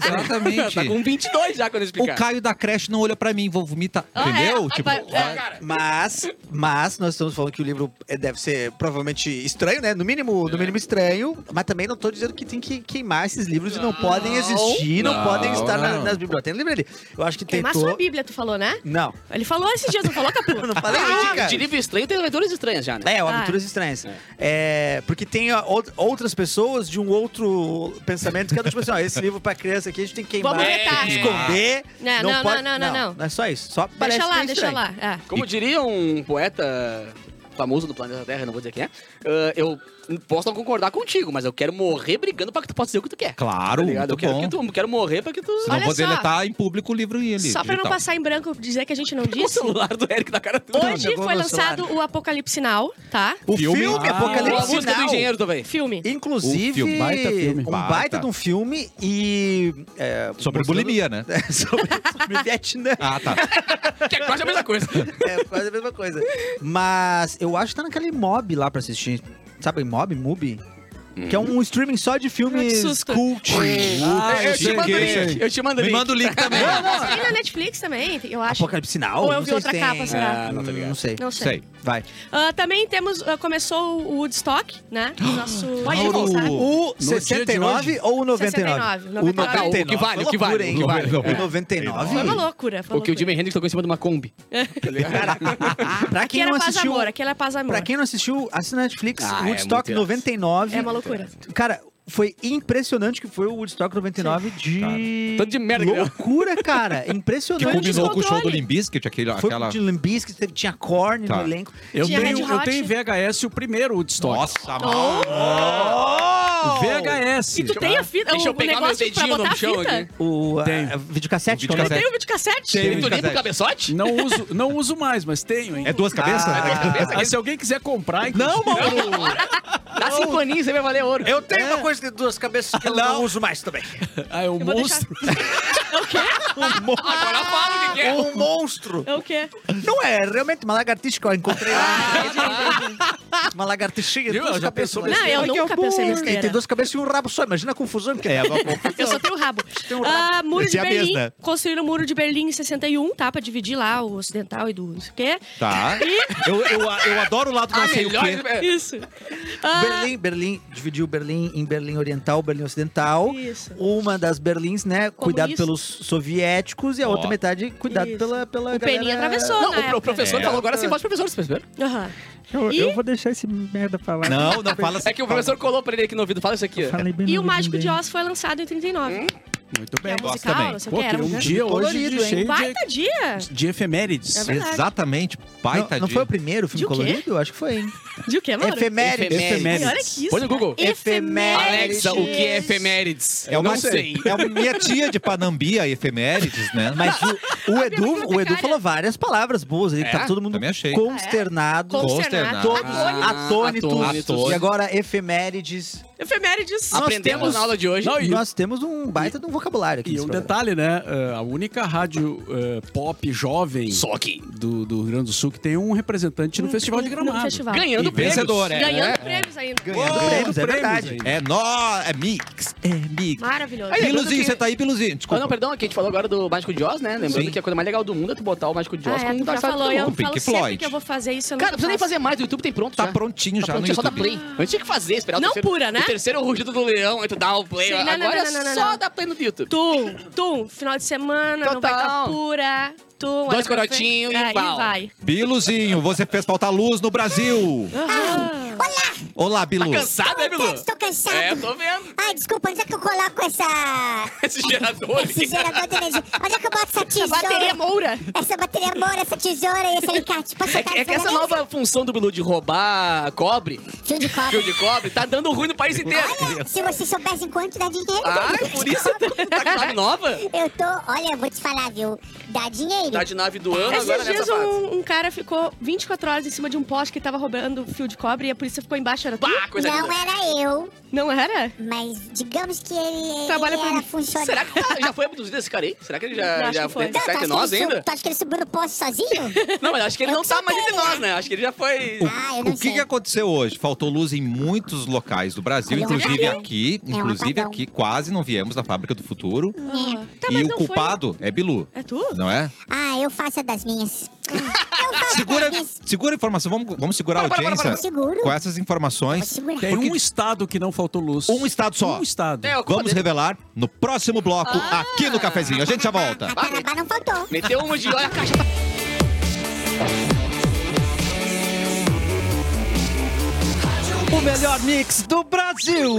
Exatamente.
tá com 22 já quando eu
O
explicar.
Caio da creche não olhou pra mim, vou vomitar.
Ah,
Entendeu?
é.
Tipo,
Vai- é.
ah,
Cara,
Mas, mas nós estamos falando que o livro é, deve ser provavelmente estranho, né? No mínimo, no mínimo estranho. Mas também não tô dizendo que tem que queimar esses livros e não podem existir, não,
Não,
podem estar na-
não.
nas bibliotecas. Lembra ali? Eu acho que
Queimar sua
tentou.
Bíblia, tu falou, né?
Não,
Ele falou esses dias, não falou, Capu?
eu não falei isso,
Ah,
cara.
de livro estranho tem leituras estranhas já, né?
É, o
Ah.
Aventuras Estranhas. É, porque tem ó, out- outras pessoas de um outro pensamento que é do tipo assim, ó, esse livro pra criança aqui a gente tem que queimar,
Vamos vetar.
tem que esconder.
Não, não,
pode-
não, não, não.
é só isso. Só parece
Deixa lá,
meio
deixa
estranho.
lá. É.
Como diria um poeta famoso do planeta Terra, não vou dizer quem é, ah, eu posso não concordar contigo, mas eu quero morrer brigando pra que tu possa dizer o que tu quer.
Claro,
tá ligado?
muito
Eu quero,
bom.
que tu, quero morrer pra que tu.
Senão
Olha
vou
só.
deletar em público o livro e ele.
Só pra não passar em branco dizer que a gente não
O
disse.
celular do Eric na cara do
Hoje
Pegou
foi
meu
lançado o Apocalipse Now, tá?
O
Filme?
filme,
Ah,
Ou a
Apocalipse
música do
Now.
engenheiro também.
Filme.
Inclusive,
O filme, baita filme.
um
Baita.
baita. de um filme e... é,
Sobre
mostrando-
bulimia, né?
sobre, sobre Vietnã.
Ah, tá.
Que é quase a mesma coisa.
É quase a mesma coisa. Mas eu acho que tá naquele mob lá pra assistir. Sabe, mob, mubi? Que é
Uhum.
um streaming só de
Ai, que
filmes
susto.
cult.
Ah,
eu,
eu
te
sei
mando o
que-
link. Eu te mando o
Me
link.
manda o link também.
E na Netflix também, eu acho.
Apocalipse Now?
Ou eu
Não
vi
sei
outra
se tem.
capa, será?
Ah, não tô ligado.
Não sei.
Não sei.
Sei.
Vai.
Ah, também temos. ah, começou o Woodstock, né? O Nosso
Mauro.
aniversário.
O
dia de
69 ou o 99?
69.
O
99.
99.
Ah, O que vale, o que
Loucura,
vale,
hein?
o que vale.
O 99?
Foi
um
uma loucura. Foi uma
Porque o
loucura.
Jimmy Hendrix tocou em cima de uma Kombi.
Pra
Aqui
quem
era é
não
Paz
assistiu...
Amor, aqui era Paz Amor.
Pra quem não assistiu, assina Netflix,
Ah, é muito
Woodstock
irado.
99.
É uma loucura.
Cara, foi impressionante que foi o Woodstock 99 de...
Tanto de merda que deu.
Loucura, cara.
Que
Impressionante.
Foi um
combinou com o show do
descontrole.
Limbiskit, aquele,
Foi um
aquela...
de Limbisk, teve- tinha Korn
Tá.
no elenco.
Eu
Tinha
tenho,
Red
eu
Hot.
tenho em VHS o primeiro Woodstock.
Nossa,
Oh.
VHS.
E tu tem a fita,
Deixa
o
eu pegar meu
negócio pra
dedinho
botar
no
a
chão
fita?
aqui.
O, a-
Tem.
a videocassete,
O
que eu não
videocassete.
Tem o videocassete?
Tem. um
Tu limpa o cabeçote?
Não uso, não uso mais, mas tenho, hein?
É duas cabeças?
Ah, se alguém quiser comprar,
Não,
inclusive-
Mauro!
Dá cinco aninhos, você vai valer ouro.
Eu tenho uma coisa de duas cabeças que eu né? É. não uso mais também.
Ah, é o
vou deixar-
monstro.
Agora fala o que que é.
Um monstro.
É o quê?
Não é, realmente uma lagartixa que eu encontrei lá. uma lagartixinha,
Viu?
duas
Já pensou
cabeças.
besteira? Não, eu nunca pensei besteira.
Tem duas cabeças e um rabo só, imagina a confusão que é.
Eu só tenho o rabo.
tem um rabo.
Ah, muro
Esse
de
é a
Berlim.
mesma.
Construíram o muro de Berlim em 61, tá? Pra dividir lá o ocidental e do não sei o quê.
Tá. Eu, eu, eu adoro o lado do
A
não sei o
Ah, melhor... é
quê.
Isso. Ah,
Berlim, Berlim, dividiu Berlim em Berlim Oriental, Berlim Ocidental.
Isso.
Uma das Berlins, né, cuidado
Comunista.
pelos soviéticos e a
Ó.
outra metade cuidado
Isso.
pela pela
O Peninha atravessou,
Não,
na
o pro-
época.
o professor
É.
falou agora sem voz de professor, vocês perceberam?
Aham.
Eu,
E-
eu vou deixar esse merda falar.
Não, não fala assim.
É que o professor colou pra ele aqui no ouvido. Fala isso aqui. ó.
Falei bem
E
no
o Mágico de
ninguém.
Oz foi lançado em 39.
Muito
que é
bem.
um
gosto
musical,
também.
não sei o
Pô,
que era.
tem um
né?
dia hoje
Colorido,
de
hein?
cheio
Baita dia!
de, de efemérides.
É verdade.
Exatamente.
Não,
Baita
não
de-
foi o primeiro filme
De o quê? É
colorido? Eu acho que foi, hein?
De o quê, mano?
Efemérides.
Olha
Efemérides.
que isso.
Põe no Google.
Efemérides.
Alexa, o que é efemérides?
É
Eu
uma,
não sei.
É uma minha tia de Panambi, a efemérides, né?
Mas o, o Edu, o Edu
bibliotecária.
falou várias palavras boas ali, que
É?
tá todo mundo
Também achei.
consternado.
Con-
Consternado.
Todos
Ah,
atônitos.
atônitos.
E agora, efemérides.
Efemérides.
Ah,
Aprendemos
temos-
na aula de hoje.
Não, e-
Nós temos um baita de um vocabulário aqui.
E
é
nesse
um
programa.
detalhe, né? eh, A única rádio eh, pop jovem
Só que
do, do Rio Grande do Sul que tem um representante no Festival de Gramado.
No Hum, um festival.
ganhando
Tá. E vencedor, é.
Ganhando prêmios ainda.
Ganhando prêmios, é
prêmios
verdade.
ainda.
É nó, é mix, é mix.
Maravilhoso.
Aí, lembrando
Piluzinho,
que-
você tá aí, Piluzinho?
Ah,
Desculpa.
não, perdão, aqui a gente falou agora do Mágico de Oz, né? Lembrando
Sim.
que a coisa mais legal do mundo é tu botar o Mágico de Oz
Ah, é, tu
com um
já
Dark Side
falou, eu
Pink
falo
Floyd.
sempre que eu vou fazer isso. eu
Cara, não
nunca
precisa nem
faço.
fazer mais, o YouTube tem pronto
Tá
já.
prontinho já
Tá
no
prontinho, só dá
YouTube.
play. Antes tinha que fazer, esperar o
Não
terceiro...
pura, né?
O terceiro rugido do leão, aí tu dá o play.
Sim, não, não,
agora
não, não,
é
não,
só
não.
dá play no YouTube.
Tum, tum, final de semana, não vai
Total.
tá pura. Tum,
Dois
olha pra
corotinhos
frente.
e
Aí
pau.
vai.
Biluzinho, você fez faltar luz no Brasil. Olá, Bilu.
Ah. Cansado, né, Bilu?
Estou cansado.
É, eu tô vendo.
Ai, desculpa, onde é que eu coloco essa...
Esse gerador
esse
aqui.
gerador de energia? Onde é que eu boto essa
A
tesoura?
bateria moura.
Essa bateria mora, essa tesoura e esse alicate. Posso
É
botar
que, é que
esse
essa
negócio?
nova função do Bilu de roubar cobre,
Fio de
fio
cobre.
de cobre, tá dando ruim no país inteiro.
Olha, se vocês soubessem quanto dá dinheiro...
Ah, por isso tá- tá com nave nova?
Eu tô... Olha, eu vou te falar, viu? Dá dinheiro.
Tá de nave do ano agora
Esses dias
nessa fase.
um, um cara ficou 24 horas em cima de um poste que tava roubando fio de cobre e a polícia ficou embaixo. Era tu?
Pá, coisa
é
Não
linda.
era eu,
Não era?
mas digamos que ele,
Trabalha
ele
pra
era
mim.
funcionário.
Será que tá- já foi abduzido esse cara aí? Será que ele já,
Acho
já
que foi.
Tá, tu,
tá
acha
entre
que
nós
ele sub-
ainda?
tu acha que ele subiu no poste sozinho?
Não, mas acho que ele
Eu
não tá
sei
mais
que
entre
ele é.
nós, né? Acho que ele já foi.
ah, eu não
O que,
sei.
que aconteceu hoje? Faltou luz em muitos locais do Brasil,
Olha, um
inclusive
apagão.
aqui.
um
Inclusive
apagão.
aqui, quase não viemos da Fábrica do Futuro.
Tá,
e
mas
o
não
culpado é Bilu,
foi. É tu?
não é?
Ah, eu faço a das minhas. eu faço
Segura,
das minhas.
segura a informação, vamos, vamos segurar a
Para, para, para,
audiência
para, seguro.
com essas
Vou
informações.
segurar.
Tem um estado que não faltou luz.
Um estado só.
Um estado.
É, o
Vamos
Codê.
revelar no próximo bloco,
Ah.
aqui no cafezinho. A gente já volta.
Ratanabá não faltou.
Meteu uma de. Olha a caixa tá.
O melhor mix do Brasil.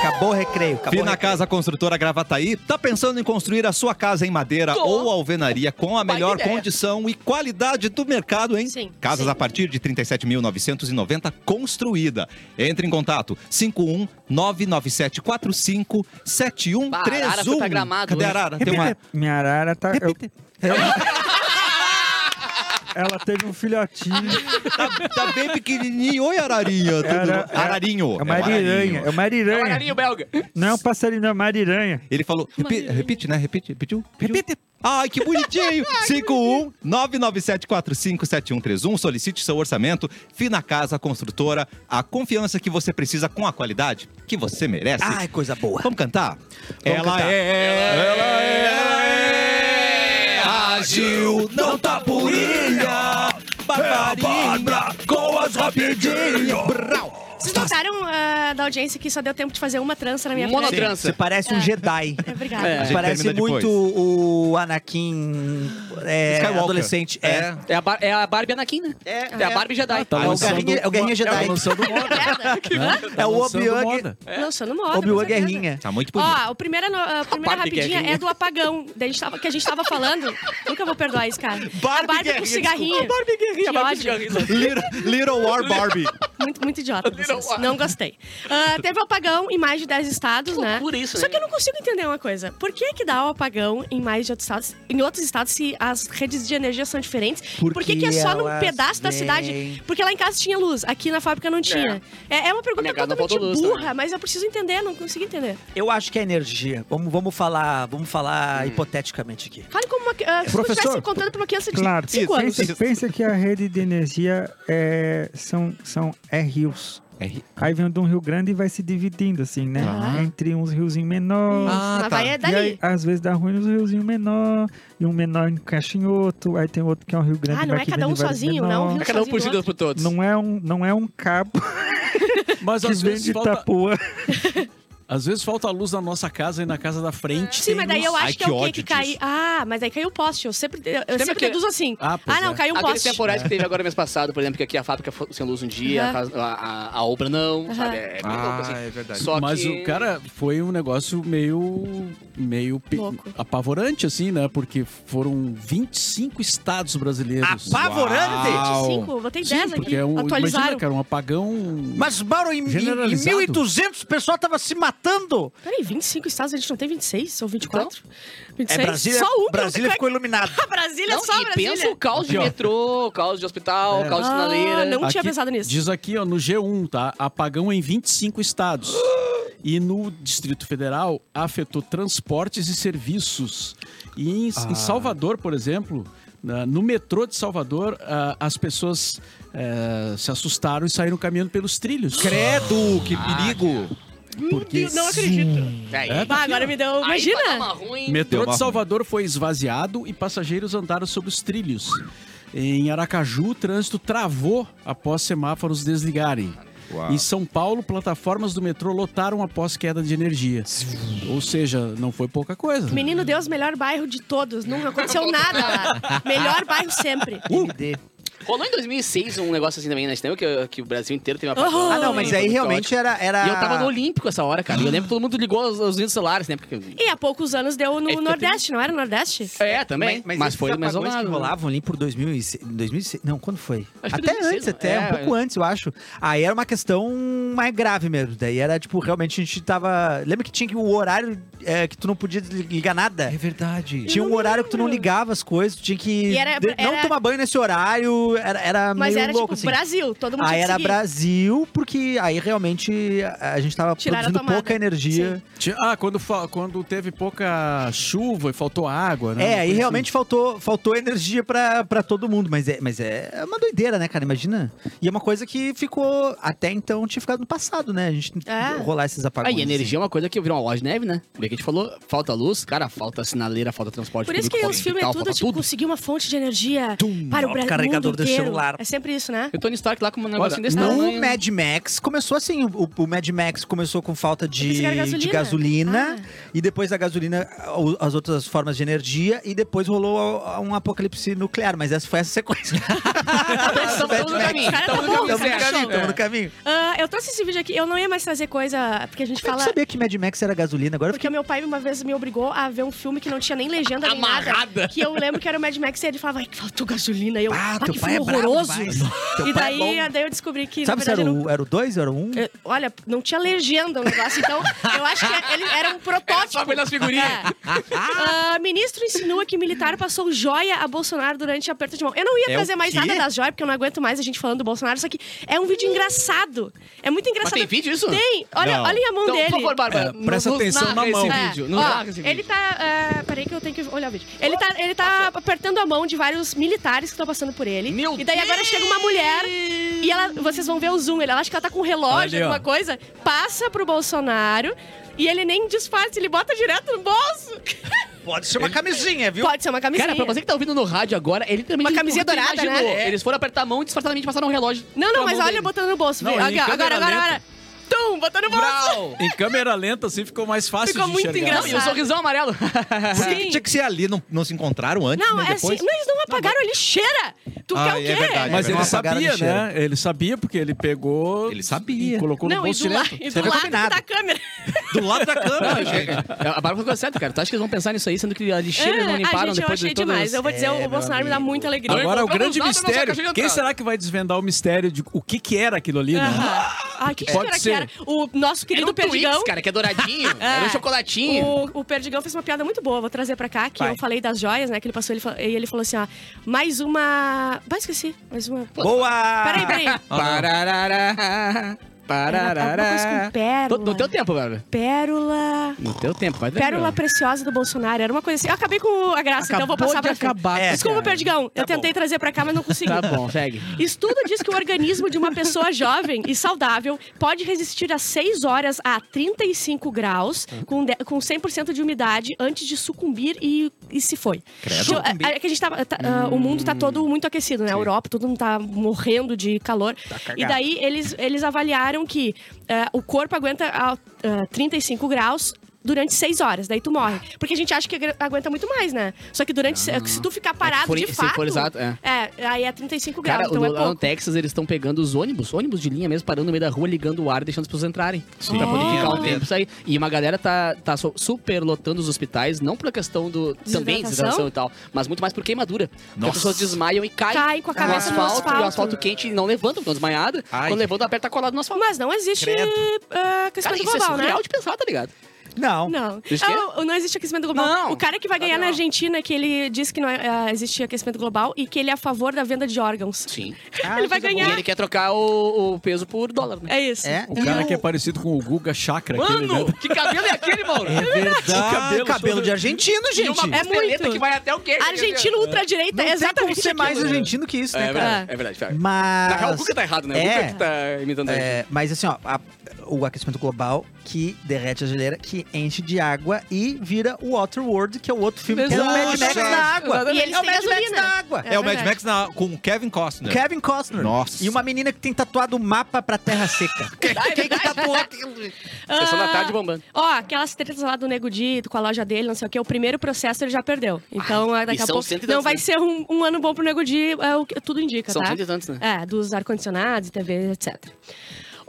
Acabou o recreio. Acabou
Vi
o
na
recreio.
Casa Construtora Gravataí, tá pensando em construir a sua casa em madeira
Tô.
ou alvenaria com a
Baita
melhor
ideia.
condição e qualidade do mercado, hein?
Sim,
Casas
sim.
a partir de 37.990 construída. Entre em contato 51 99745
Bah, a Arara foi pra Gramado
um Cadê a
hoje.
Arara? Tem uma...
Minha arara tá. eu- Ela teve um filhotinho.
tá, tá bem pequenininho. Oi, Ararinha. Tudo
Ara-
bom? Ararinho.
É uma ariranha. É
É
uma
o
ariranha.
galinho belga.
Não é um passarinho, é uma ariranha.
Ele falou, repi-
Maravilha.
repite, né? Repite, pediu? Repite. Ai, que bonitinho! 51 997457131. Solicite seu orçamento. Fina Casa Construtora. A confiança que você precisa com a qualidade que você merece.
Ai, coisa boa.
Vamos cantar? ela,
cantar.
É, ela é. Ela é. Ágil, não tá purinha. Barbarinha, com as rapidinho. Brau.
Vocês notaram ah, da audiência que só deu tempo de fazer uma trança na minha frente?
Você
Monotrança.
parece um Jedi.
É, Obrigada.
É. A
gente
Parece
termina depois.
muito o Anakin é,
Skywalker.
adolescente. É.
É a, Bar é a Barbie Anakin, né?
É,
É a Barbie
É
Jedi.
o
lançando
Garrinha- é o Garrinha
uma-
Jedi.
Tá lançando moda. né? Tá
É o
lançando
Obi-Wan-
moda.
Lançando moda.
Obi-Wan
com certeza.
Guerrinha.
Tá muito bonito.
Ó, a primeira, no- a primeira
Barbie
rapidinha
Guerrinha.
é do apagão da gente tava, que a gente tava falando. Nunca vou perdoar isso, cara. a Barbie
Guerrinha,
com cigarrinho.
desculpa, a Barbie Guerrinha,
Que
a Barbie
ódio.
Guerrinha.
Little, Little War Barbie.
Muito, muito idiota
Little
vocês.
War.
Não gostei. Ah, teve o apagão em mais de 10 estados,
Que
né?
loucura isso,
Só
né?
que eu não consigo entender uma coisa. Por que que dá o apagão em mais de outros estados, em outros estados se as redes de energia são diferentes? E Por que, que é só num
elas
pedaço da cidade?
vêm-
Porque lá em casa tinha luz, aqui na fábrica não tinha. É, é uma pergunta
Minha casa
totalmente
faltou luz
burra,
também.
mas eu preciso entender, não consigo entender.
Eu acho que é energia. Vamos, vamos falar, vamos falar hipoteticamente aqui.
Fale como uma, ah, se você
Professor,
estivesse contando pra uma criança de
Claro.
5 anos.
Pensa, pensa que a rede de energia é, são, são é rios.
É ri-
Aí vem o de um rio grande e vai se dividindo, assim, né?
Ah.
Entre uns riozinhos menores.
Ah, tá.
mas vai é
E
dali.
aí, às vezes dá ruim nos riozinhos menor, e um menor encaixa em outro, aí tem outro que é um rio grande.
Ah, não
vai
é
que
cada
vem
um
de vários
sozinho, não é um
menor.
rio
É cada um
sozinho
por
do
si,
outro.
Deus por todos.
Não é um, não é um cabo
Mas
que
às
vem
vezes
de
falta...
Itapuã.
Às vezes falta a luz na nossa casa e na casa da frente.
Sim,
tem
mas daí eu
luz.
acho
Ai,
que é
que
o quê
ódio
que caiu.
disso.
Ah, mas aí caiu o poste. Eu sempre, eu sempre
aquele-
deduzo assim.
Ah,
Ah,
pois
não,
é.
caiu um
Aqueles
poste.
temporais que teve agora mês passado, por exemplo, que aqui a fábrica ficou sem luz um dia, a,
Aham.
casa- a, a- a obra não, sabe? É, bem louco, assim.
é verdade.
Só
Mas
que...
o cara foi um negócio meio meio pe-
Louco.
apavorante assim, né? Porque foram 25 estados brasileiros.
Apavorante!
Uau.
25, botei
Sim,
10
porque
aqui.
é um,
atualizaram.
imagina, cara, um apagão.
Mas, Mauro, em, em- em
Generalizado.
1200 o pessoal tava se matando.
Peraí, 25 estados, a gente não tem 26 ou 24? 26?
É Brasília,
só um. que-
Brasília ficou iluminado.
Ah, Brasília,
Não,
só
e
Brasília.
pensa o caos de
Aqui, ó.
é metrô, caos de hospital,
É.
caos de
Ah,
sinaleira.
não. tinha pensado nisso.
Diz aqui, ó, no G1, tá? Apagão em 25 estados. E no Distrito Federal afetou transportes e serviços. E em, em
Ah.
Salvador, por exemplo, na- no metrô de Salvador, ah, as pessoas eh, se assustaram e saíram caminhando pelos trilhos.
Credo, que perigo.
Porque
Deus, não acredito.
Aí,
É,
Bah, agora me deu.
aí vai dar
Imagina.
uma ruim.
Deu
Metrô
uma
de Salvador foi esvaziado e passageiros andaram sobre os trilhos. Em Aracaju, o trânsito travou após semáforos desligarem.
Uau.
Em São Paulo, plataformas do metrô lotaram após queda de energia. Ou seja, não foi pouca coisa.
Menino Deus, melhor bairro de todos. Não aconteceu nada lá. Melhor bairro sempre.
MD.
Rolou em 2006 um negócio assim também na Estel, que, que o Brasil inteiro teve uma
Aham.
Ah, não, mas aí realmente é era... era...
E eu tava no Olímpico essa hora, cara. E eu lembro que todo mundo ligou os, os lindos celulares, né? Porque...
E há poucos anos deu no
É, fica
Nordeste, não era Nordeste?
É, também. Mas,
esses
foi mais ou
apagões que
menos. Ah,
rolavam ali por 2006, 2006 não, quando foi?
Acho que
até
2006,
antes, até
é,
um pouco antes, eu acho. Aí era uma questão mais grave mesmo. Daí era tipo, realmente a gente tava. Lembra que tinha que o horário é, que tu não podia ligar nada?
verdade.
Tinha um horário que tu não ligava as coisas, tu tinha que
E era-
de- não
era-
tomar banho nesse horário, era, era
Mas
meio
era
louco
tipo
assim.
Brasil, todo mundo
Aí
tinha que
era
seguir.
Brasil, porque aí realmente a a gente tava
Tiraram a
produzindo
tomada.
pouca energia.
Tinha- Ah, quando, fa- quando teve pouca chuva e faltou água, né? Uma
É,
coisa
aí
assim.
realmente faltou, faltou energia pra, pra todo mundo, mas é, mas é uma doideira, né, cara? Imagina. E é uma coisa que ficou, até então, tinha ficado no passado, né? A gente
É.
rolar esses apagões. assim.
Aí, energia é uma coisa que virou uma loja de neve, né? Bem que a gente falou, falta luz, cara, falta sinaleira, falta transporte
Por isso
público,
que
falta
os filmes é
hospital,
tudo,
Tipo, falta
tipo, conseguir uma fonte de energia
Tum,
para o
ó,
Brasil
carregador
mundo
de
inteiro.
um lar.
É sempre isso, né?
E o Tony Stark lá com um negócio
Olha,
desse
Não,
tamanho.
o Mad Max começou assim. O, o Mad Max começou com falta de
pensei que era
gasolina, de
gasolina. Ah.
gasolina e depois da gasolina, o- as outras formas de energia, e depois rolou a- a um apocalipse nuclear. Mas essa foi essa sequência.
Estamos
Mad
no
Max.
caminho.
Cara, tá
Estamos no
bom,
Estamos
caminho.
no
certo.
caminho, estamos no caminho.
Ah, eu trouxe esse vídeo aqui. Eu não ia mais trazer coisa. Porque a gente
Eu não
fala.
sabia que Mad Max era gasolina, agora eu
Porque
fiquei.
meu pai uma vez me obrigou a ver um filme que não tinha nem legenda nem
Amarrada.
nada. Que eu lembro que era o Mad Max e ele falava, ai, que faltou gasolina. E eu,
Ah,
ah,
teu
que
pai
filme
é brabo
horroroso.
demais. Teu
e
pai é
daí,
bom.
daí eu descobri que,
Sabe
na
se era
verdade, não-
o, era o dois, era o um?
É,
eu- olha, não tinha legenda o negócio, então eu acho que ele era um protótipo.
Era só pelas figurinhas.
É. Ah, ministro insinua que militar passou joia a Bolsonaro durante aperto de mão. Eu não ia
É
trazer
o
mais
quê?
nada das joias, porque eu não aguento mais a gente falando do Bolsonaro, só que é um vídeo engraçado. É muito engraçado.
tem vídeo isso?
Tem. Olha,
Não.
olha a mão
Então,
dele.
por favor, Bárbara.
É, presta atenção
narra
na
esse
mão.
É.
vídeo, nos
Ó,
narra esse
ele
vídeo.
tá. é, peraí que eu tenho que olhar o vídeo. Ele tá, ele tá apertando a mão de vários militares que estão passando por ele.
Meu
e daí agora
Deus!
chega uma mulher e ela. Vocês vão ver o zoom. Ele, ela acha que ela tá com um relógio,
Ali, ó.
alguma coisa. Passa pro Bolsonaro. E ele nem disfarça, ele bota direto no bolso.
Pode ser uma camisinha, viu?
Pode ser uma camisinha.
Cara, pra você que tá ouvindo no rádio agora, ele também
Uma
ele
camisinha
nunca
dourada,
imaginou.
né?
Eles foram apertar a mão e disfarçadamente passaram um relógio.
Não, não,
pela
mas
mão
olha,
dele.
botando no bolso.
Não,
vê.
ele em
agora, agora,
câmera
agora,
lenta.
agora. Tum, botou no bolso.
Brau!
Em câmera lenta, assim, ficou mais fácil
Ficou
de
muito
enxergar.
Não, e o
engraçado.
sorrisão amarelo.
Sim.
Tinha que ser ali, não, não se encontraram antes,
Não,
nem
é assim.
depois?
Não, eles não apagaram a lixeira. Tu
Ah,
quer o
é
quê?
verdade.
Mas
Não
ele
apagaram a
sabia,
lixeira.
né? Ele sabia, porque ele pegou...
Ele sabia.
E colocou no
Não, e
bolso
do, la
direto.
e
Você
do
vê
lado
combinado.
da câmera.
Do um lado da
É
câmera, gente.
É, a Bárbara ficou certa, cara. Tu acha que eles vão pensar nisso aí, sendo que É, a lixeira eles não
Ah,
limparam
gente,
depois
eu achei
de todas...
demais. Eu vou dizer, o Bolsonaro me dá muita alegria.
Agora, é o
encontramos
grande
nada na nossa
mistério...
caixa de
Quem
entrada.
será que vai desvendar o mistério de o que, que era aquilo ali, né?
Ah, que
Pode
será que
ser.
era? O nosso
Era
querido
um Twix,
Perdigão. Ah,
cara, que é douradinho. Era um chocolatinho.
O, o Perdigão fez uma piada muito boa, vou trazer pra cá, que
Vai.
eu falei das joias, né? Que ele passou ele fa- e ele falou assim: ó, mais uma. Bah, esqueci. Mais uma.
Boa!
Peraí, peraí. Alguma
Pararará.
coisa
Pararará.
tá com pérola.
No, no teu tempo, Bárbara.
Pérola.
No teu tempo, vai tranquilo.
Pérola preciosa do Bolsonaro. Era uma coisa assim. Eu acabei com a graça, então vou
Acabou
passar
de
pra frente.
acabar,
É,
Desculpa,
cara.
Perdigão. eu tentei trazer pra cá, mas não consegui.
Tá bom, segue.
Estudo diz que o organismo de uma pessoa jovem e saudável pode resistir a 6 horas a 35 graus,
Hum.
com, de- com 100% de umidade, antes de sucumbir e, e se foi. Jo- é- é que a gente tava- tá- ah,
Hum.
o mundo tá todo muito aquecido, né? A Europa, todo mundo tá morrendo de calor.
Tá
e daí eles, eles avaliaram que ah, o corpo aguenta ah, ah, 35 graus. Durante 6 horas, daí tu morre. Porque a gente acha que agra- aguenta muito mais, né? Só que durante. se- Se tu ficar parado
for-
de
Ah. É se
fato.
for exato, é.
É, aí é 35
Cara,
graus, então
no-
é
lá no
pouco.
Texas eles estão pegando os ônibus, ônibus de linha mesmo, parando no meio da rua, ligando o ar, deixando as pessoas entrarem. Sim. Pra poder ficar um tempo sair. E uma galera tá, tá so- superlotando os hospitais, não por uma questão do.
Desidratação?
Também desidratação e tal, mas muito mais por queimadura. Porque
Nossa.
As pessoas desmaiam e caem.
Cai com a cabeça no
asfalto, E o asfalto
asfalto.
quente e não levantam, ficam desmaiadas.
Ai.
Quando levantam, aperta colado no asfalto.
Mas não existe ah,
Cara,
aquecimento
isso é
global,
surreal
né?
de pensar, tá ligado?
Não.
Não.
Existe quê?
Ah, o- não existe aquecimento global.
Não. Ah,
O cara que vai ganhar na
Não.
Argentina, que ele diz que não ah, existe aquecimento global e que ele é a favor da venda de órgãos.
Sim.
ele vai
E
ganhar.
ele quer trocar o, o peso por dólar, né?
É isso.
É?
O cara que é parecido com o Guga Chakra. aquele, né?
Mano, que cabelo é aquele, Mauro?
O cabelo,
todo-
de argentino,
E
gente.
uma
É
costeleta
muito.
que vai até o quê?
Argentino Ah. ultradireita
Não
é
tem como
exatamente
ser mais
aquilo.
argentino que isso,
É
né, cara?
verdade, é verdade. Thiago. Na real, o
Mas...
Guga tá errado, né? O
É.
Guga que tá imitando a gente.
É, mas assim, ó, a- o aquecimento global que derrete a geleira, que enche de água e vira o Waterworld, que é o outro filme que é o Mad Max
Exato.
na água.
E eles
é o
têm
Mad Max
gasolina.
na água.
É, o Mad
verdade.
Max na- com o Kevin Costner.
Kevin Costner.
Nossa.
E uma menina que tem tatuado o mapa pra Terra Seca. Quem que tatuou aquilo?
Sessão da
Ah,
tarde bombando.
Ó, aquelas tretas lá do Nego Dito, com a loja dele, não sei o quê, o primeiro processo ele já perdeu. Então,
Ai,
ah, daqui
e
a
são
pouco.
cento e
Não
tantos,
vai
né?
ser um, um ano bom pro Nego Di, é o que tudo indica,
São
tá?
cento e tantos, né?
É, dos ar-condicionados, TV, etc.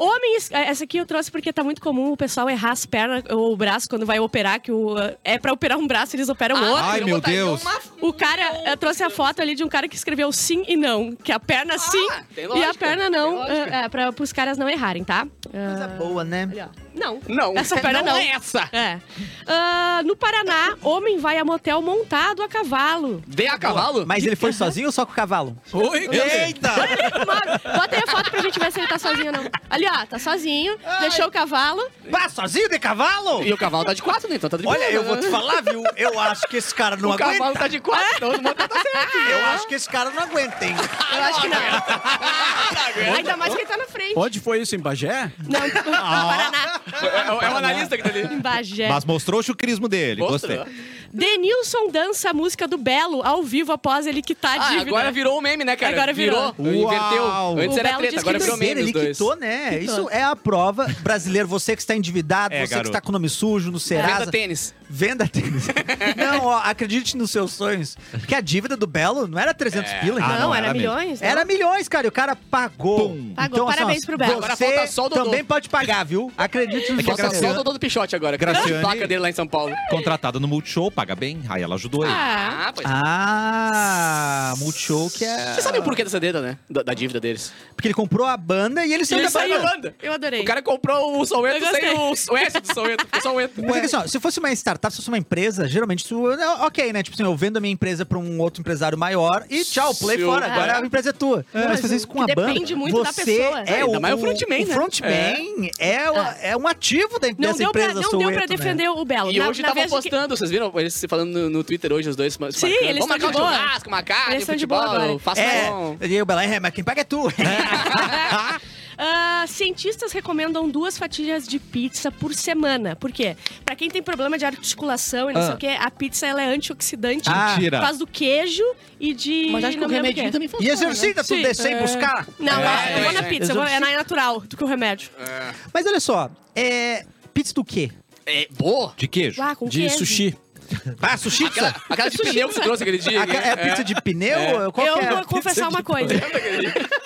Homens, é, essa aqui eu trouxe porque tá muito comum o pessoal errar as pernas ou o braço quando vai operar, que o, ah, é pra operar um braço, eles operam o outro.
ai,
eu
meu
botaria
Deus.
uma-
O cara, eu trouxe a foto ali de um cara que escreveu sim e não, que a perna sim
Ah, tem
e
lógica,
a perna não,
tem lógica.
é, é, pra, pros caras não errarem, tá?
Coisa
Ah,
boa, né?
ali, ó. Não.
Não,
Essa perna não.
é essa.
É. Ah, no Paraná, homem vai a motel montado a cavalo.
Vem a cavalo?
Mas ele foi sozinho ou só com o cavalo?
Oi, cadê?
Olha ele arrumado. Bota aí a foto pra gente ver se ele tá sozinho ou não. Ali, ó, tá sozinho, deixou o cavalo.
Pá, sozinho de cavalo?
E o cavalo tá de quatro, né? Então tá de boa,
Olha, eu
né?
vou te falar, viu? Eu acho que esse cara não
O cavalo
aguenta.
tá de quatro, então o motor tá certo.
Eu acho que esse cara não aguenta, hein?
Eu acho que não. Ainda mais que ele tá na frente.
Onde foi isso, em Bagé?
Não, no Paraná.
É, é o analista que tá ali.
Em Bagé.
Mas mostrou o chucrismo dele,
Mostrou.
gostei.
Denilson dança a música do Belo ao vivo após ele quitar a
Ah,
dívida.
agora virou um meme, né, cara?
Agora virou.
Inverteu.
Uau.
Antes
O
era
Belo
treta,
diz que
agora
terceiro,
virou meme os
ele
dois.
quitou, né?
Quitou.
Isso é a prova. Brasileiro, você que está endividado,
É,
você que
garoto.
está com nome sujo no Serasa,
Venda tênis.
venda tênis. não, ó, acredite nos seus sonhos. Porque a dívida do Belo não era 300
É.
pila,
Ah,
não,
então.
não,
era,
era mesmo.
milhões? não?
Era milhões, cara, e o cara pagou. Então, assim,
Pum.
Pagou, parabéns pro Belo.
Agora
Você
falta só o Dodô.
também pode pagar, viu? Acredite nos
Aqui é
seus
só
sonhos.
solta o Dodô do Pichote agora. que
Graciane.
tem a placa dele lá em São Paulo.
Contratada no Multishow, paga bem. Aí ela ajudou ele.
Ah,
pois é.
Ah, Multishow que é...
Você sabe o porquê dessa dívida, né? Da, da dívida deles.
Porque ele comprou a banda e ele saiu
Ele
da
saiu
banda.
da banda.
eu adorei.
O cara comprou o Soueto
Eu
sem o, o S do Soueto. Ficou só o Eto.
Mas é que, assim, ó, se fosse uma startup, se fosse uma empresa, geralmente isso é ok, né? Tipo assim, eu vendo a minha empresa pra um outro empresário maior e tchau, play
Se o
fora,
cara-
agora a empresa é tua.
mas
Mas fazer
o
isso com
que
a banda,
depende muito da
você
pessoa.
é
Ainda
o,
mais o frontman,
o
né?
frontman é, o- é um ativo da empresa.
Não deu pra,
empresa
não
sou
deu
eu,
pra
né?
defender o Belo.
E
Na-
hoje
na
estavam
vez de que-
postando, vocês viram eles se falando no, no Twitter hoje, os dois. se marcando.
Sim, eles
Vamos
estão
marcar um
de boa.
churrasco, uma carne,
Eles
um
estão de boa agora.
futebol, faça um...
É, e aí o Bela, é, mas quem paga é tu.
Ah, cientistas recomendam duas fatias de pizza por semana. Por quê? Pra quem tem problema de articulação e não
Ah.
sei o quê, a pizza ela é antioxidante.
Ah.
Mentira.
Faz do queijo e de.
Mas acho que o
não me lembro é.
remedinho
o quê.
também né? funciona.
e exercita, tu
Sim.
descer e buscar.
Não,
É,
não, eu vou na
é,
pizza, eu vou- é mais natural do que o remédio.
Mas olha só, é... Pizza do quê?
É boa.
De queijo.
Ah, com
De
queijo.
sushi.
Ah, sushi?
Aquela, aquela de pneu que você trouxe aquele dia. né?
Ah, É pizza de pneu? Qual
eu
que é a
vou
pizza
confessar
de-
uma coisa.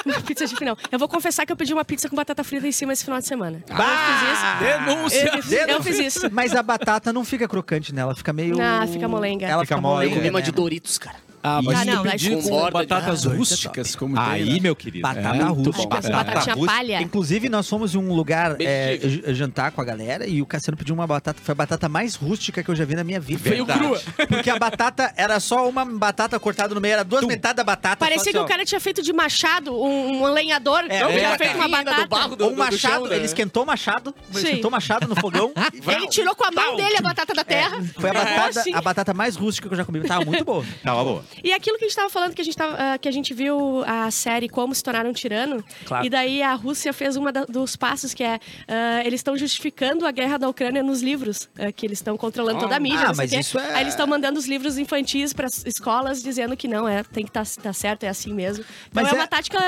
uma pizza de final. Eu vou confessar que eu pedi uma pizza com batata frita em cima esse final de semana.
Bah!
Denúncia!
Eu fiz-
é?
eu fiz isso.
Mas a batata não fica crocante nela, ela fica meio.
Ah, fica molenga.
Ela
Fica
fica,
mole.
molenga.
Eu comi uma
né?
de Doritos, cara.
Ah, mas
Ah,
se
não,
tu
mas
pedir
com
com
borda de-
batatas
Ah,
rústicas, como tem,
Aí,
né?
meu querido.
É.
Batata
Ai,
rústica.
batata,
Batata russa.
palha.
Inclusive, nós fomos em um lugar
Beijo,
é,
Diego.
j- jantar com a galera e o Cassiano pediu uma batata. Foi a batata mais rústica que eu já vi na minha vida.
Veio crua.
Porque a batata era só uma batata cortada no meio, era duas metades da batata.
Parecia que
só
o
assim, ó.
cara tinha feito de machado um, um lenhador.
É,
ele
é,
tinha
cara.
feito uma
Ainda do
batata.
barro do-
Ou um machado,
chão, né?
ele esquentou o machado, ele
Sim.
esquentou o machado no fogão. e
Ele tirou com a mão dele a batata da terra.
É.
É.
Foi a batata,
Assim.
a batata mais rústica que eu já comi. Tava muito boa.
Tava Tá, boa.
E aquilo que a gente tava falando, que a gente, tava, ah, que a gente viu a série Como Se Tornar um Tirano.
Claro.
E daí a Rússia fez um dos passos que é. ah, eles estão justificando a guerra da Ucrânia nos livros, ah, que eles estão controlando toda a mídia.
Ah,
não sei
mas
o quê.
isso é-
Aí eles estão mandando os livros infantis para escolas dizendo que não, é, tem que estar tá, tá certo, é assim mesmo. Então
Mas
é, uma
é-
tática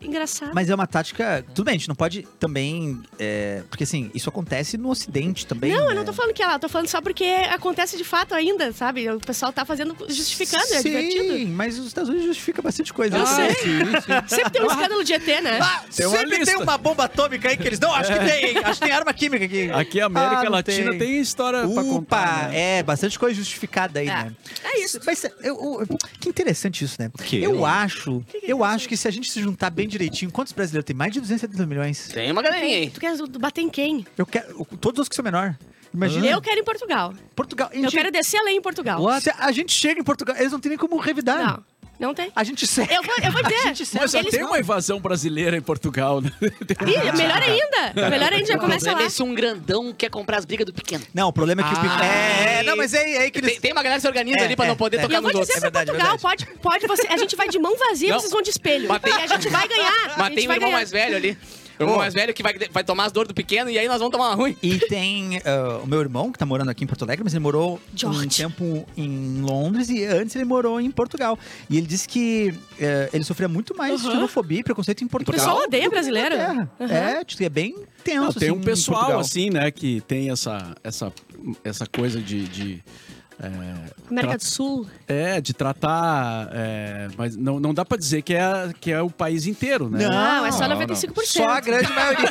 engraçada.
Mas é uma tática. Tudo bem, a gente não pode também. é, porque assim, isso acontece no Ocidente também.
Não,
né?
eu não tô falando que ela, eu tô falando só porque acontece de fato ainda, sabe? O pessoal tá fazendo, justificando, é divertido.
Sim, mas os Estados Unidos justifica bastante coisa.
Eu
Ah,
sei.
sim, sim.
Sempre tem um escândalo de ET, né?
Tem uma
Sempre tem
lista.
uma bomba atômica aí que eles não acho que tem, hein? Acho que tem arma química aqui.
Aqui a América
Ah, não
Latina tem,
tem.
história
Opa,
pra contar. né?
é, bastante coisa justificada aí,
É.
né?
É isso.
Mas eu- eu- que interessante isso, né?
Que?
eu acho,
é
eu acho que se a gente se juntar bem direitinho, quantos brasileiros tem? Mais de 270 milhões.
Tem uma galerinha aí.
Tu quer bater em quem?
Eu quero, todos os que são menor. Imagina.
Eu quero em Portugal.
Portugal. a
Eu
gente-
quero descer além em Portugal.
Se a gente chega em Portugal, eles não têm nem como revidar.
Não, não tem.
A gente segue.
Eu vou, eu vou dizer.
Mas já
eles-
tem uma invasão brasileira em Portugal, né?
Ih, melhor ainda. Melhor ainda, já
O
começa
problema
lá.
é se um grandão quer comprar as brigas do pequeno.
Não, o problema é que o Pico.
Ah.
É, é, não, mas é, é aí que eles.
Tem, tem uma galera que se organiza
É,
ali pra
é,
não poder
é.
E eu
tocar
vou
nos outros.
dizer
É
pra
verdade, é
Portugal,
verdade.
pode, pode você. A gente vai de mão vazia,
Não.
vocês vão de espelho.
Mas tem-
E a gente vai ganhar. a
Mas
gente
tem o
vai
irmão
ganhar.
mais velho ali. O irmão mais velho que vai, vai tomar as dores do pequeno e aí nós vamos tomar uma ruim.
E tem ah, o meu irmão, que tá morando aqui em Porto Alegre, mas ele morou
George.
um tempo em Londres e antes ele morou em Portugal. E ele disse que eh, ele sofria muito mais
Aham.
xenofobia e preconceito em Portugal.
pessoal odeia
do que na
brasileiro.
Inglaterra.
Aham.
É, tipo, é bem tenso.
Não, tem
assim,
um
em
pessoal,
Portugal.
assim, né, que tem essa, essa, essa coisa de. de,
América
Tra-
do Sul.
é, de tratar. é, mas não, não dá pra dizer que é, que é o país inteiro, né?
Não.
Não, é só
Não, não.
95%.
Só a grande maioria.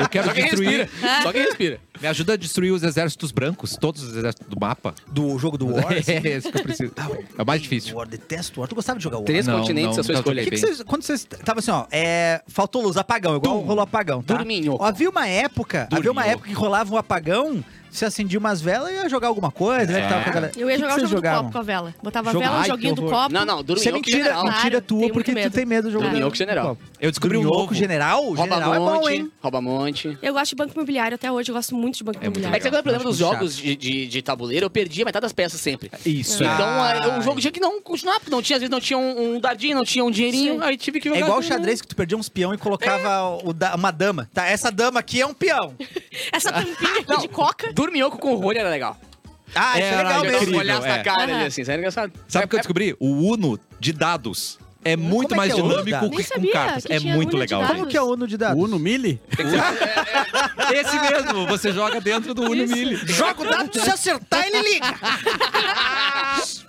Eu quero
Só quem
destruir.
respira. Só quem respira.
Me ajuda a destruir os exércitos brancos, todos os exércitos do mapa.
Do jogo do War. assim.
É isso que eu preciso. É o mais difícil.
War, detesto War. Tu gostava de jogar War?
Três
Não,
continentes
não,
a sua
não
escolha.
O que, que
bem.
vocês. Quando vocês. Tava assim, ó. É, faltou luz, apagão, igual rolou apagão. Tá?
Dorminho.
Ó, havia uma época. Havia uma
Dorminho.
época que rolava um apagão, se acendia umas velas e ia jogar alguma coisa, né? Que tava com a galera.
Eu ia
O que
jogar
que
o
vocês
jogo do
jogavam?
copo com a vela. Botava
Jogo-
a vela,
Ai,
o joguinho
que
do
horror.
copo.
Não,
Isso
não,
é
Durminhoco
mentira,
General.
mentira
Claro,
tua,
tenho
porque
muito
tu
medo.
tem medo de jogar.
Dorminhoco General.
Eu descobri um
Dorminhoco
novo.
general? O
Rouba
general é bom, hein?
monte. Rouba monte.
Eu gosto de banco imobiliário até hoje, eu gosto muito de banco
É muito
imobiliário.
É que sabe qual é o
Acho
problema dos
muito
jogos de, de, de tabuleiro? Eu perdi a metade das peças sempre.
Isso.
Então,
Ah.
é, o jogo tinha que não continuar, porque não tinha, às vezes não tinha um, um dardinho, não tinha um dinheirinho,
Sim.
aí tive que jogar.
É igual o
com-
xadrez que tu perdia uns peão e colocava o da- uma dama. Tá, essa dama aqui é um peão.
Essa tampinha aqui
Não,
de coca.
Dorminhoco com rolha era legal.
Ah, isso é legal
Caralho,
mesmo.
eu olhasse
Incrível,
na
é.
cara ali
Aham.
assim, isso é engraçado.
Sabe o que eu
É-
descobri? O Uno de dados é muito
é
mais
que é o Uno,
dinâmico
Dado?
que
Nem
com
sabia
cartas.
que
É
tinha
muito
Uno de
legal,
dados.
velho.
Como que é o Uno de dados?
Uno Mille?
Esse mesmo, você joga dentro do Uno Mille.
Joga o dado, se acertar, ele liga.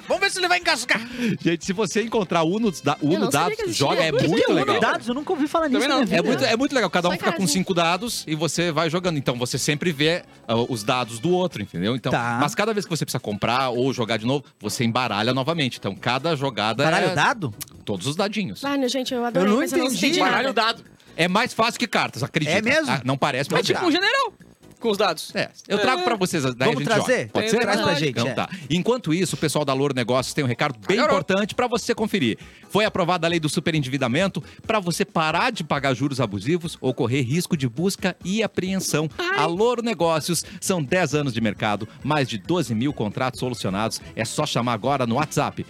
Vamos ver se ele vai engasgar.
Gente, se você encontrar Uno, da,
Eu
Uno
não sabia que
dados,
existia.
joga, é
Que que é
muito
Uno
legal.
Dados, eu nunca ouvi falar nisso
Também
na
não.
minha
É
vida.
muito, é muito legal, cada um
Só
fica com
carazinho.
cinco dados e você vai jogando. Então você sempre vê ah, os dados do outro, entendeu? Então,
Tá.
Mas cada vez que você precisa comprar ou jogar de novo, você embaralha novamente. Então cada jogada
Baralho
é
dado?
todos os dadinhos.
Ah, não, gente, eu adorei,
Eu não
mas eu não
entendi.
entendi
Baralho
nada.
o dado.
É mais fácil que cartas, acredita.
É mesmo?
Ah, não parece, mas
É tipo
é.
um general com os dados.
É, eu trago pra vocês, daí a gente
Vamos trazer?
joga. Pode
Tem-
ser?
traz pra gente,
Então
é.
tá. Enquanto isso, o pessoal da Louro Negócios tem um recado bem
Melhorou.
importante pra você conferir. Foi aprovada a lei do superendividamento pra você parar de pagar juros abusivos ou correr risco de busca e apreensão. A Louro Negócios são 10 anos de mercado, mais de 12 mil contratos solucionados. É só chamar agora no WhatsApp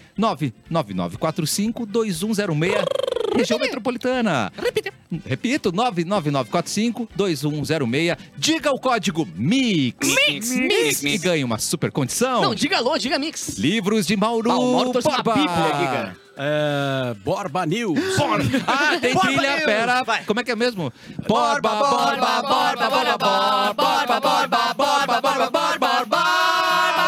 999452106. Região Metropolitana. Repito, 999452106. Diga o código MIX.
Mix, mix,
E
mix.
ganha uma super condição.
Não, diga alô, diga mix.
Livros de Mauro
Ah, o Mauro trouxe uma
Borba.
bíblia aqui, cara.
É, Borba News.
Ah, tem
Borba
trilha,
News.
pera.
Vai.
Como é que é mesmo? Borba, borba, borba, borba, borba, borba, borba, borba, borba, borba, borba,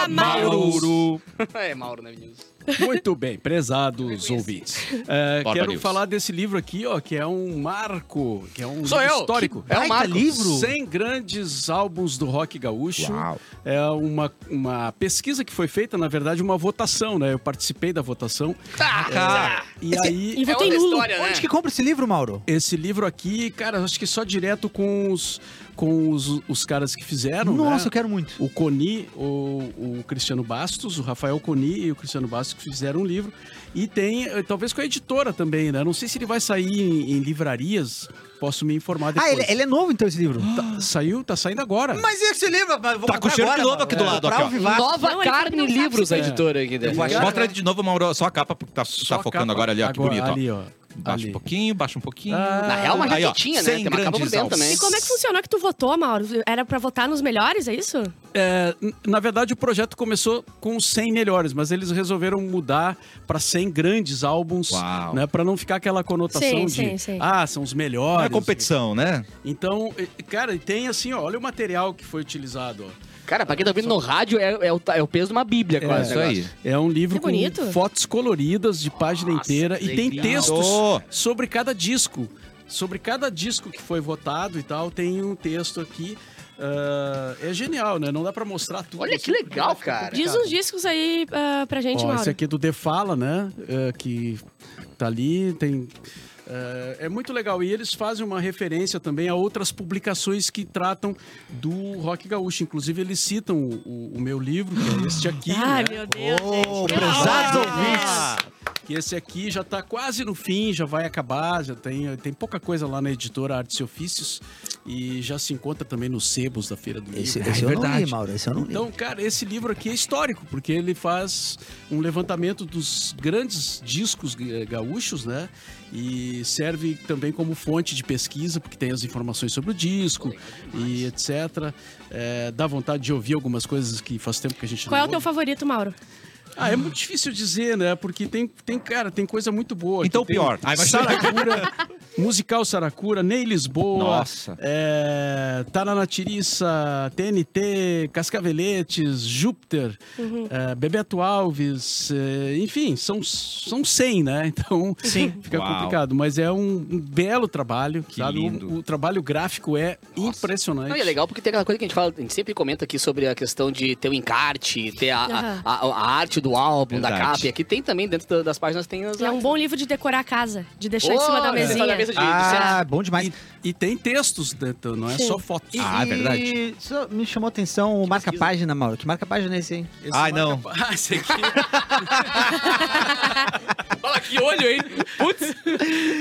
Mauro.
É, Mauro, né, meninos?
Muito bem, prezados ouvintes. É,
Borba
quero
News.
falar desse livro aqui, ó, que é um marco, que é um
Sou
livro
eu.
histórico.
É o
Baita
Marco.
livro?
100 grandes álbuns do rock gaúcho.
Uau.
É uma, uma pesquisa que foi feita, na verdade, uma votação, né? Eu participei da votação.
Tá.
E aí,
E
Ah, É outra
votei nulo.
história, né?
Onde que compra esse livro, Mauro?
Esse livro aqui, cara, acho que só direto com os, com os, os caras que fizeram.
Nossa,
né?
eu quero muito.
O Coni, o, o Cristiano Bastos, o Rafael Coni e o Cristiano Bastos que fizeram um livro. E tem, eh, talvez com a editora também, né? Não sei se ele vai sair em, em livrarias, posso me informar
Ah,
depois.
ele, ele é novo, então, esse livro?
Tá- saiu, tá saindo agora.
Mas esse livro, mas vou
Tá com
comprar
cheiro de novo
agora, Mauro.
aqui do
É,
lado,
comprar
aqui, ó.
ao vivaço.
Nova
Não, ele
Carne
não sabe
Livros,
se
a
né?
tem.
editora aqui né? dele.
acho-
Mostra ele de novo, Mauro, só a capa, porque tá, tá
Só
focando
capa.
agora ali, ó, que
Agora,
bonito, ó.
ali, ó.
Baixa um
Ali.
pouquinho, baixa um pouquinho.
Ah.
Na real, uma
Aí, ó,
jaquetinha, né?
100
Tem uma capa por
grandes
dentro também.
E como é que funcionou que tu votou, Mauro? Era pra votar nos melhores, é isso?
É, n- na verdade, o projeto começou com os 100 melhores, mas eles resolveram mudar para 100 grandes álbuns,
Uau.
né? Para não ficar aquela conotação
Sim,
de
sim, sim.
ah, são os
Não
melhores.
é competição, né?
Então, e- cara, e tem assim, ó, olha o material que foi utilizado. ó.
Cara, pra quem tá ouvindo no rádio, é, é o, ta- é o peso de uma bíblia
É
quase.
isso aí.
É um livro
Que bonito.
com fotos coloridas de página
Nossa,
inteira
que
e tem
legal.
textos
Ô.
sobre cada disco, sobre cada disco que foi votado e tal, tem um texto aqui. Ah, é genial, né? Não dá para mostrar tudo.
Olha
assim,
que legal,
porque vai ficar
cara.
Diz
complicado.
uns discos aí ah, pra gente,
Ó,
Mauro.
esse aqui é do The Fala, né? É, que tá ali, tem. é, é muito legal. E eles fazem uma referência também a outras publicações que tratam do rock gaúcho. Inclusive, eles citam o, o meu livro, que é este aqui.
Ai,
né?
meu Deus,
Ô,
gente.
prezados
Meu Deus.
ouvintes.
Que esse aqui já tá quase no fim, já vai acabar, já tem, tem pouca coisa lá na editora Artes e Ofícios e já se encontra também nos sebos da Feira do Livro.
Esse,
É
esse eu não
verdade.
li, Mauro, esse eu não li.
Então, cara, esse livro aqui é histórico, porque ele faz um levantamento dos grandes discos eh, gaúchos, né? E serve também como fonte de pesquisa, porque tem as informações sobre o disco e etc. É, dá vontade de ouvir algumas coisas que faz tempo que a gente
Qual é
não
o teu
ouve.
favorito, Mauro?
Ah, é muito difícil dizer, né? Porque tem, tem cara, tem coisa muito boa.
Então,
Tem
pior. Ah, imagina.
Saracura, musical Saracura, Ney Lisboa.
Nossa.
É, Taranatiriça, TNT, Cascaveletes, Júpiter,
Uhum.
é, Bebeto Alves, é, enfim, são, são 100, né? Então
Sim.
fica
Uau.
complicado, mas é um, um belo trabalho,
Que
sabe? O-
lindo.
O, trabalho gráfico é impressionante.
Não, e é legal porque tem aquela coisa que a gente fala, a gente sempre comenta aqui sobre a questão de ter o encarte, ter a, a- a- a arte do álbum, da
Verdade.
capa. E aqui tem também, dentro da- das páginas, tem as.
É um bom livro de decorar a casa, de deixar em cima da
Em cima
mesinha.
da mesa de,
Ah, bom demais.
E, e tem textos dentro, não é
Sim.
só fotos.
E-
Ah, é verdade.
E só me chamou a atenção o marca-página, Mauro. Que marca-página é esse, hein?
Esse
Ai, não.
marca- Ah, esse aqui.
de... Fala aqui, Que olho, hein? Putz.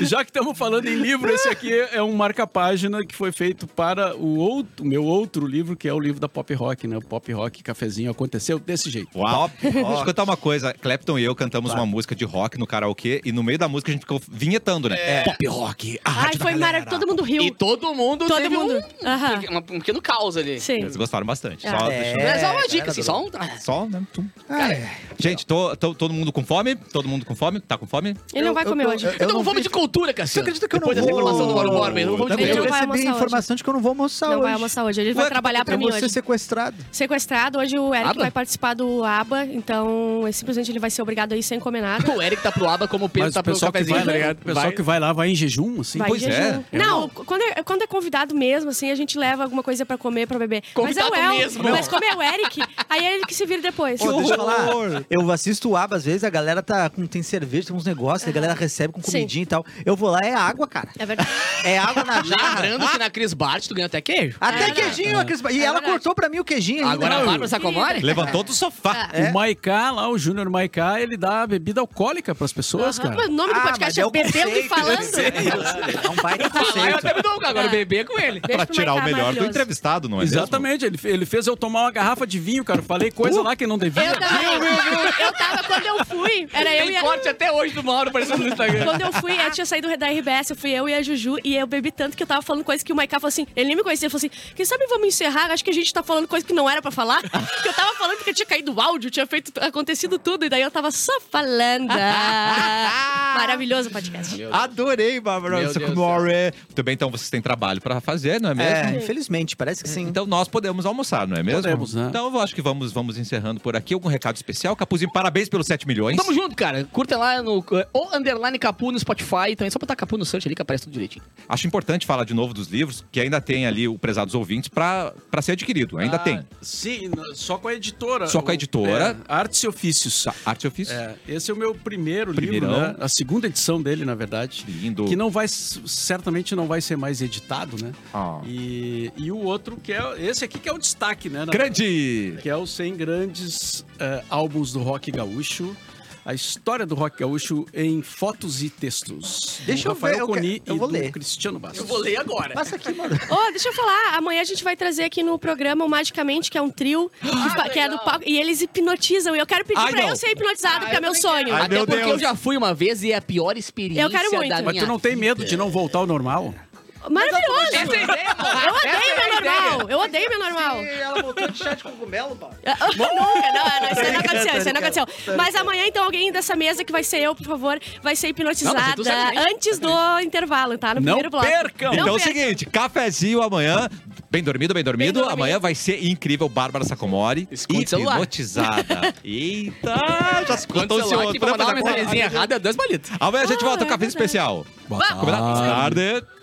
Já que estamos falando em livro, esse aqui é um marca-página que foi feito para o outro, o meu outro livro, que é o livro da Pop Rock, né? O Pop Rock Cafezinho aconteceu desse jeito.
Uau! Deixa eu contar uma coisa. Clapton e eu cantamos uma música de rock no karaokê e no meio da música a gente ficou vinhetando, né?
É.
Pop rock, a
Ai,
rádio da
foi
galera.
maravilhoso. Todo mundo
E
riu.
todo mundo
Todo
teve
mundo.
Um,
Aham.
pequeno- um pequeno caos ali.
Sim.
Eles gostaram bastante.
Ah.
Só,
É.
deixa-
É, só uma
galera
dica, assim, só um...
só, né? Tum.
Ah,
Gente, tô, tô- todo mundo com fome? Todo mundo com fome? Tá com fome?
Ele não vai comer hoje.
Eu tô com um fome Então, de cultura, cara.
Você acredita que eu não
Depois dessa
vou- Tá
informação do Mauro Borba, eu não vou de
Também
Eu
Ele não
cultura.
vai
recebi
almoçar
informação de que eu não vou almoçar
Não
hoje.
vai almoçar hoje. Ele
Ué,
vai trabalhar pra
Eu
mim
vou ser
hoje.
sequestrado.
Sequestrado, hoje o Eric
Aba?
vai participar do ABA, então é, simplesmente ele vai ser obrigado a ir sem comer nada.
O Eric tá pro aba como o Pedro
Mas
tá
o
pro
pessoal, que
cafezinho,
vai,
tá ligado?
o pessoal
Vai.
que vai lá vai em jejum, assim?
Vai
pois
em jejum.
é.
um-
Não, quando é, quando é convidado mesmo, assim, a gente leva alguma coisa pra comer, pra beber.
Convidado
mas é o El,
mesmo.
Mas como é o Eric, aí é ele que se vira depois.
Ô, deixa eu
horror!
falar. Eu assisto o ABA, às vezes a galera tá com, tem cerveja, tem uns negócios, a galera recebe com
Sim.
comidinha e tal. Eu vou lá, é água, cara.
É verdade.
É água na jarra.
Lembrando que na Cris Bart tu ganha até queijo.
Até queijinho, a Cris- E
É
ela
verdade.
cortou pra mim o queijinho ainda.
Agora a Bárbara Sacomori?
Levantou do sofá.
O Maiká, lá, o Júnior Maiká, ele dá bebida alcoólica pras pessoas,
Aham.
cara.
O nome do
Ah, mas
podcast
é
é
o
Bebendo
conceito,
e Falando.
eu sei, eu sei. É um baita
Ah, eu
conceito.
até me dou um, agora beber com ele.
Beijo
Pra
pro
tirar o
Maiká,
melhor do
maravilhoso.
entrevistado, não é mesmo?
Exatamente, ele, fe- ele fez eu tomar uma garrafa de vinho, cara. Eu Falei coisa lá que não devia.
Uh! Eu tava, eu tava, quando eu fui, era eu
Tem
e a...
corte até hoje do Mauro aparecendo no Instagram.
Quando eu fui, eu tinha saído da RBS, eu fui eu e a Juju, e eu bebi tanto que eu tava falando coisa que o Maiká falou assim, ele nem me conhecia, ele falou assim, quem sabe vamos encerrar, acho que a gente tá falando coisa que não era pra falar, porque eu tava falando que eu tinha caído o áudio, tinha feito, acontecido tudo, e daí eu tava só falando. Maravilhoso o podcast.
Adorei, Bárbara
Meu Deus
Sacomore. Muito bem, então vocês têm trabalho pra fazer, não é mesmo?
É, infelizmente, parece que sim.
Então nós podemos almoçar, não é mesmo?
Podemos, né?
Então eu acho que vamos, vamos encerrando por aqui. Algum recado especial? Capuzinho, parabéns pelos 7 milhões.
Tamo junto, cara. Curta lá no eh, o underline Capu no Spotify também. Só botar Capu no search ali que aparece tudo direitinho.
Acho importante falar de novo dos livros, que ainda tem ali o Prezados Ouvintes pra pra ser adquirido.
Ah.
Ainda tem.
Sim, n- só com a editora.
Só com a
O-
editora.
é, Artes e Ofícios.
Arte e Ofício.
É, esse é o meu primeiro
Primeirão.
livro, né? A segunda edição dele, na verdade.
Lindo.
Que não vai, certamente não vai ser mais editado, né?
Ah.
E, e o outro que é, esse aqui que é o destaque, né? na-
Grande!
Que é os 100 grandes eh, álbuns do rock gaúcho. A história do rock gaúcho em fotos e textos. do
Deixa eu ver,
Rafael
eu
Coni
quero- eu
e
vou
do
ler.
Cristiano Bastos.
ler agora.
Passa aqui, mano.
Ô, deixa eu falar, amanhã a gente vai trazer aqui no programa o Magicamente, que é um trio, que, fa- que é do palco, e eles hipnotizam, e eu quero pedir
Ai,
pra
não.
eu ser hipnotizado, porque é meu sonho.
Ai,
Até
meu
porque
Deus.
eu já fui uma vez e é a pior experiência
Eu quero muito.
da
Mas
minha
tu não tem medo de não voltar ao normal?
Maravilhoso!
Essa é a ideia, pô.
Eu odeio
Essa é
meu
a ideia.
normal! Eu odeio meu normal!
ela voltou de chá de cogumelo, mano.
Ah, Nunca, não, não, isso aí não
brincando,
aconteceu, isso aí
tô
não aconteceu. Mas amanhã, então, alguém dessa mesa, que vai ser eu, por favor, vai ser
Não, mas
hipnotizada
tu sabe bem.
antes do intervalo, tá? No
Não
primeiro bloco.
percam.
Não
Então é o
percam.
seguinte, cafezinho amanhã, bem dormido, bem dormido.
dormido.
Amanhã vai ser incrível, Bárbara Sacomori,
Esconde o celular.
hipnotizada. Eita, já se
Quando o celular aqui pra mandar uma mensagenzinha errada, é dois palitos.
Amanhã a gente
Ah,
volta com
é
o cafezinho
verdade.
especial.
Boa
Combinado? Boa tarde.